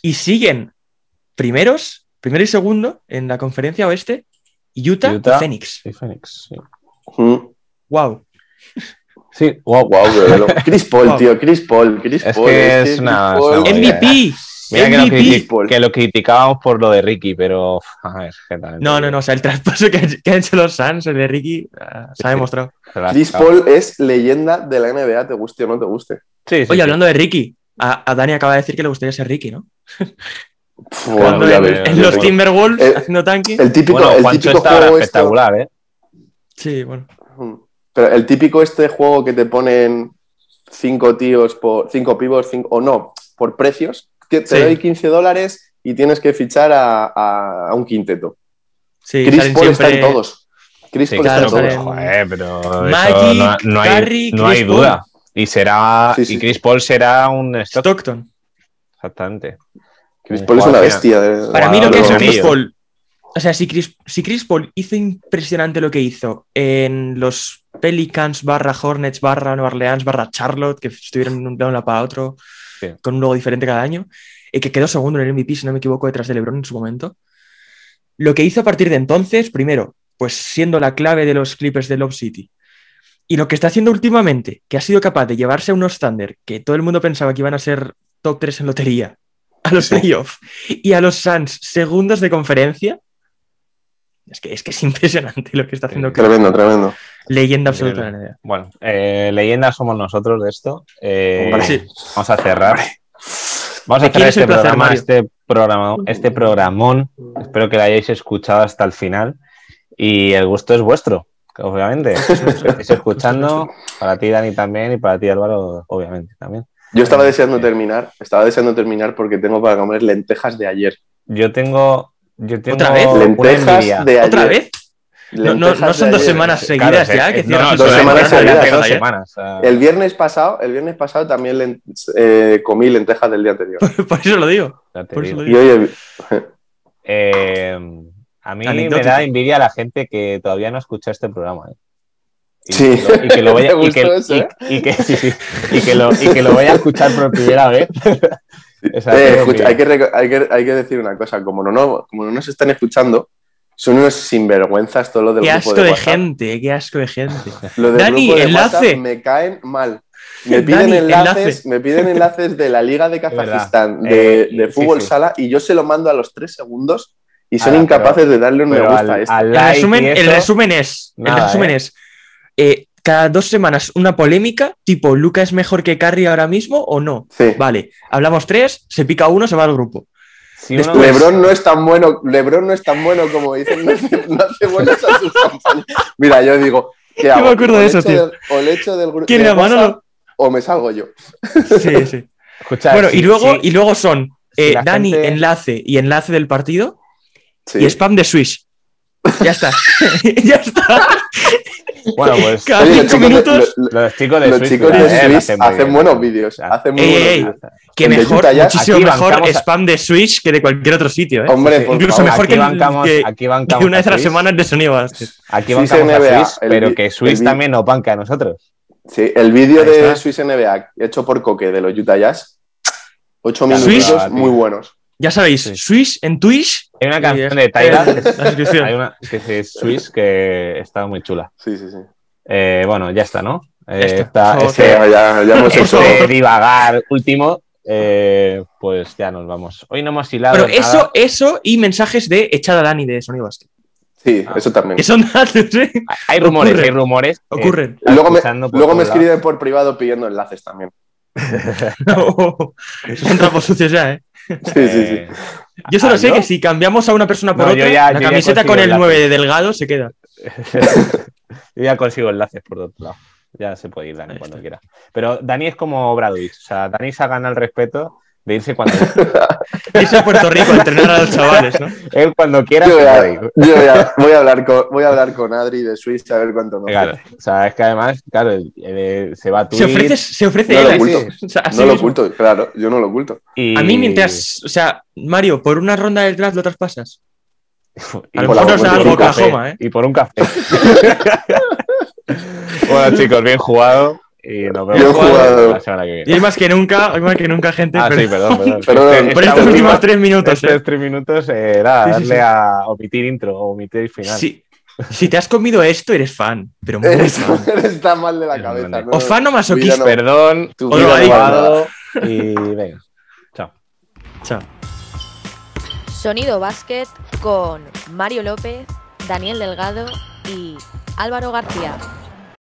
y siguen primeros, primero y segundo en la conferencia oeste, Utah,
Utah.
y Phoenix.
sí, Fénix. Sí.
Mm.
Wow.
Sí, wow.
Guau, qué velo. Chris Paul,
Wow.
tío. Chris Paul. Chris
Es
Paul.
que es
Chris
una-
Paul.
es una
MVP.
MVP.
Mira que lo,
MVP.
criti- que lo criticábamos por lo de Ricky, pero. A ver, ¿qué tal?
No, no, no. O sea, el traspaso que, han- que han hecho los Suns, el de Ricky, ah, se ha demostrado.
Se lo has
Chris
sacado.
Paul es leyenda de la NBA, te guste o no te guste.
Sí, sí, sí.
Oye, hablando de Ricky, a, a Dani acaba de decir que le gustaría ser Ricky, ¿no?
Pf,
Claro,
bueno,
Jugando
ya
en,
ves.
veo,
en
yo
los
creo.
Timberwolves,
Eh,
haciendo tanking.
El típico,
Bueno,
el
Juancho
típico
está ahora
juego este, esto-
espectacular, ¿eh?
Sí, bueno.
Pero el típico este juego que te ponen cinco tíos por cinco pivos cinco- o no, por precios, que te
Sí.
doy 15 dólares y tienes que fichar a, a- a un quinteto.
Sí,
Chris
salen
Paul está en
siempre-
todos. Chris
Sí,
Paul
claro,
está en
pero,
todos.
salen-
joder, pero eso
Magic,
no, no hay,
Curry,
no hay
Chris
duda. Y será.
Sí, sí.
Y Chris Paul será un stock.
Stockton.
Exactamente. Eh,
Chris Paul es una bestia. eh. de-
Para mí lo que
Jugador
es
de
Chris
anillo.
Paul. O sea, si Chris, si Chris Paul hizo impresionante lo que hizo en los Pelicans barra Hornets barra Nueva Orleans barra Charlotte, que estuvieron un- de un lado para otro,
Sí.
con un logo diferente cada año, y que quedó segundo en el MVP, si no me equivoco, detrás de LeBron en su momento. Lo que hizo a partir de entonces, primero, pues siendo la clave de los Clippers de Love City. Y lo que está haciendo últimamente, que ha sido capaz de llevarse a unos Thunder, que todo el mundo pensaba que iban a ser top 3 en lotería, a los
Sí.
playoffs y a los Suns segundos de conferencia. Es que es, que es impresionante lo que está haciendo.
Sí.
Chris.
Tremendo, tremendo.
Leyenda absoluta de la NBA.
Bueno, eh, leyendas somos nosotros de esto. Eh,
Hombre.
Sí.
Vamos a cerrar. Vamos
¿De
a
quién
cerrar
es
este
el placer,
programa,
Mario?
este programa, este programón. Espero que lo hayáis escuchado hasta el final. Y el gusto es vuestro,
*laughs*
obviamente. Si estáis escuchando, para ti, Dani, también, y para ti, Álvaro, obviamente, también.
Yo estaba deseando terminar, estaba deseando terminar porque tengo para comer lentejas de ayer.
Yo tengo. Yo tengo
¿Otra vez?
una
Lentejas
envidia.
de ayer.
Oh, ¿Otra vez? *laughs* No, no-
Lentejas
no son
de
dos
ayer.
semanas
Claro,
seguidas
es que-
ya, que
no,
cierras
no,
el
dos
programa
semanas
de
seguidas,
ayer.
hace dos semanas. ah, o sea,
El viernes pasado, el viernes pasado también len- eh, comí lentejas del
*laughs*
día anterior.
Por eso lo digo.
ya te
por eso
digo.
lo
Y hoy el-
Eh, a mí me
Anecdótico.
da envidia a la gente que todavía no escucha este programa. ¿eh? Y,
Sí.
que lo- y que lo
*laughs*
vaya
Me
y que-
gustó eso,
y-
¿eh?
y que- sí, sí. Y que lo- y que lo vaya a escuchar por primera vez. *laughs* Esa
Eh,
es mi
escucha,
opinión.
hay, que reco- hay, que, hay que decir una cosa, como no, no- como no nos están escuchando, son unos sinvergüenzas todos los del
Qué
grupo
asco
de
de
WhatsApp.
gente, qué asco de gente.
Los del
Dani,
grupo de
enlace.
WhatsApp me caen mal. Me piden
Dani,
enlaces,
enlace.
me piden enlaces de la Liga de
verdad.
Kazajistán, de,
Eh,
de
sí,
fútbol
sí.
sala, y yo se lo mando a los tres segundos y son
Ah,
incapaces de darle un me
Pero
gusta
al-
a este. esto.
al
El
like y
resumen, el
eso-
resumen es. el
nada,
resumen
¿eh?
es. eh, cada dos semanas una polémica, tipo, ¿Luca es mejor que Carrie ahora mismo o no?
Sí.
Vale, hablamos tres, se pica uno, se va al grupo.
si uno-
Después-
Lebron no es tan bueno, Lebron no es tan bueno como dicen, *laughs* no hace, no hace buenos a sus compañeros. Mira, yo digo, ¿qué
Yo me
hago?
acuerdo
¿O
de
le
eso,
echo
tío.
del- o le echo del grupo
¿Quién
de
era
WhatsApp
Manolo?
o me salgo yo.
Sí, sí.
escucha,
bueno,
si-
y, luego,
si-
y luego son eh,
si la
Dani,
gente-
enlace y enlace del partido
Sí.
y spam de Swish. Ya está. *laughs* ya está. *laughs*
Bueno, pues
Cada
Oye, los
cinco
chicos de-
minutos.
lo- lo-
los chicos de
los
Swiss,
chicos
mira,
de
eh,
Swiss
hacen muy
hacen
bien.
buenos vídeos,
Ah,
hacen muy
Ey,
buenos
ey,
vídeos.
que
el de
mejor,
Utah Jazz,
muchísimo
aquí
mejor
bancamos a-
spam de Swish que de cualquier otro sitio, ¿eh?
Hombre,
Sí, sí.
por
Incluso
favor.
mejor
aquí
que-
bancamos,
que-
aquí
Que
bancamos
una vez a la
Swiss,
semana es de Sonido Basket.
aquí
Swiss
bancamos a
NBA,
Swiss,
el
pero
vi-
que
el
Swiss
vi-
también nos banca a nosotros.
Sí, el vídeo
Ahí
de
está.
Swiss NBA hecho por Coque de los Utah Jazz. Ocho
Claro,
minutos
Swiss.
muy buenos.
Ya sabéis,
Sí.
Swish en Twitch.
Hay una canción
Y
de
es-
Tyler,
*laughs* La suscripción.
hay una que es Swiss que está muy chula.
Sí, sí, sí.
Eh, bueno, ya está, ¿no? Eh,
Ya está,
esta-
por favor.
este-
Ya, ya, ya hemos
Por
hecho.
favor.
este divagar último, eh, pues ya nos vamos. Hoy no hemos hilado.
Pero
nada.
eso, eso y mensajes de echada a Dani de Sonido Basket.
Sí,
Ah.
eso también.
Que son datos, ¿eh?
Hay rumores,
ocurre.
hay rumores. que
Ocurren. *laughs*
están
Luego me,
escuchando por
luego me
todos lados.
escriben por privado pidiendo enlaces también.
No. Son trapos sucios ya, ¿eh?
Sí, sí, sí.
Eh,
Yo solo
¿Ah,
sé
yo?
que si cambiamos a una persona por
No, yo
otra,
ya-
la
yo ya
camiseta con
consigo
el
enlaces.
9 de delgado se queda.
Yo ya consigo enlaces por otro lado. Ya se puede ir Dani
Ahí
cuando quiera. Pero Dani es como Bradwich. O sea, Dani se gana el respeto de irse
*laughs*
cuando
Irse a Puerto Rico a
*laughs*
entrenar a los chavales, ¿no?
él cuando quiera.
Yo,
se
voy a,
puede ir.
yo voy a- voy a hablar con, voy a hablar con Adri de Swiss a ver cuánto nos
Claro. O sea, es que además, claro, eh, se va a
Se
Twitch
ofrece, se ofrece
No
él
lo
así.
oculto.
O sea, así
No lo
mismo.
oculto, claro, yo no lo oculto.
y-
A mí mientras, o sea, Mario, por una ronda del draft lo traspasas.
Pues, y
a lo
por
mejor
la-
nos da
por
algo
un café,
Oklahoma, ¿eh?
Y por un café. *laughs* bueno, chicos, bien jugado. Y nos vemos
Bien jugado.
la semana que
Y
viene.
hoy más que nunca, hoy más que nunca, gente.
Ah,
pero-
sí, perdón, perdón.
Perdón.
Este-
*laughs* por
esta
estos
última-
últimos tres minutos,
Estos
¿eh?
tres minutos, eh, nada,
Sí, sí,
darle
sí.
a omitir intro o omitir final.
Si, si te has comido esto, eres fan. Pero
*laughs*
muy
Eres,
fan.
eres tan mal de la
No,
cabeza.
no, no.
no,
O fan o
Cuida,
masoquista.
no.
Perdón,
Tu
tu
vida no
vale
y venga, chao.
Chao.
Sonido Basket con Mario López, Daniel Delgado y Álvaro García.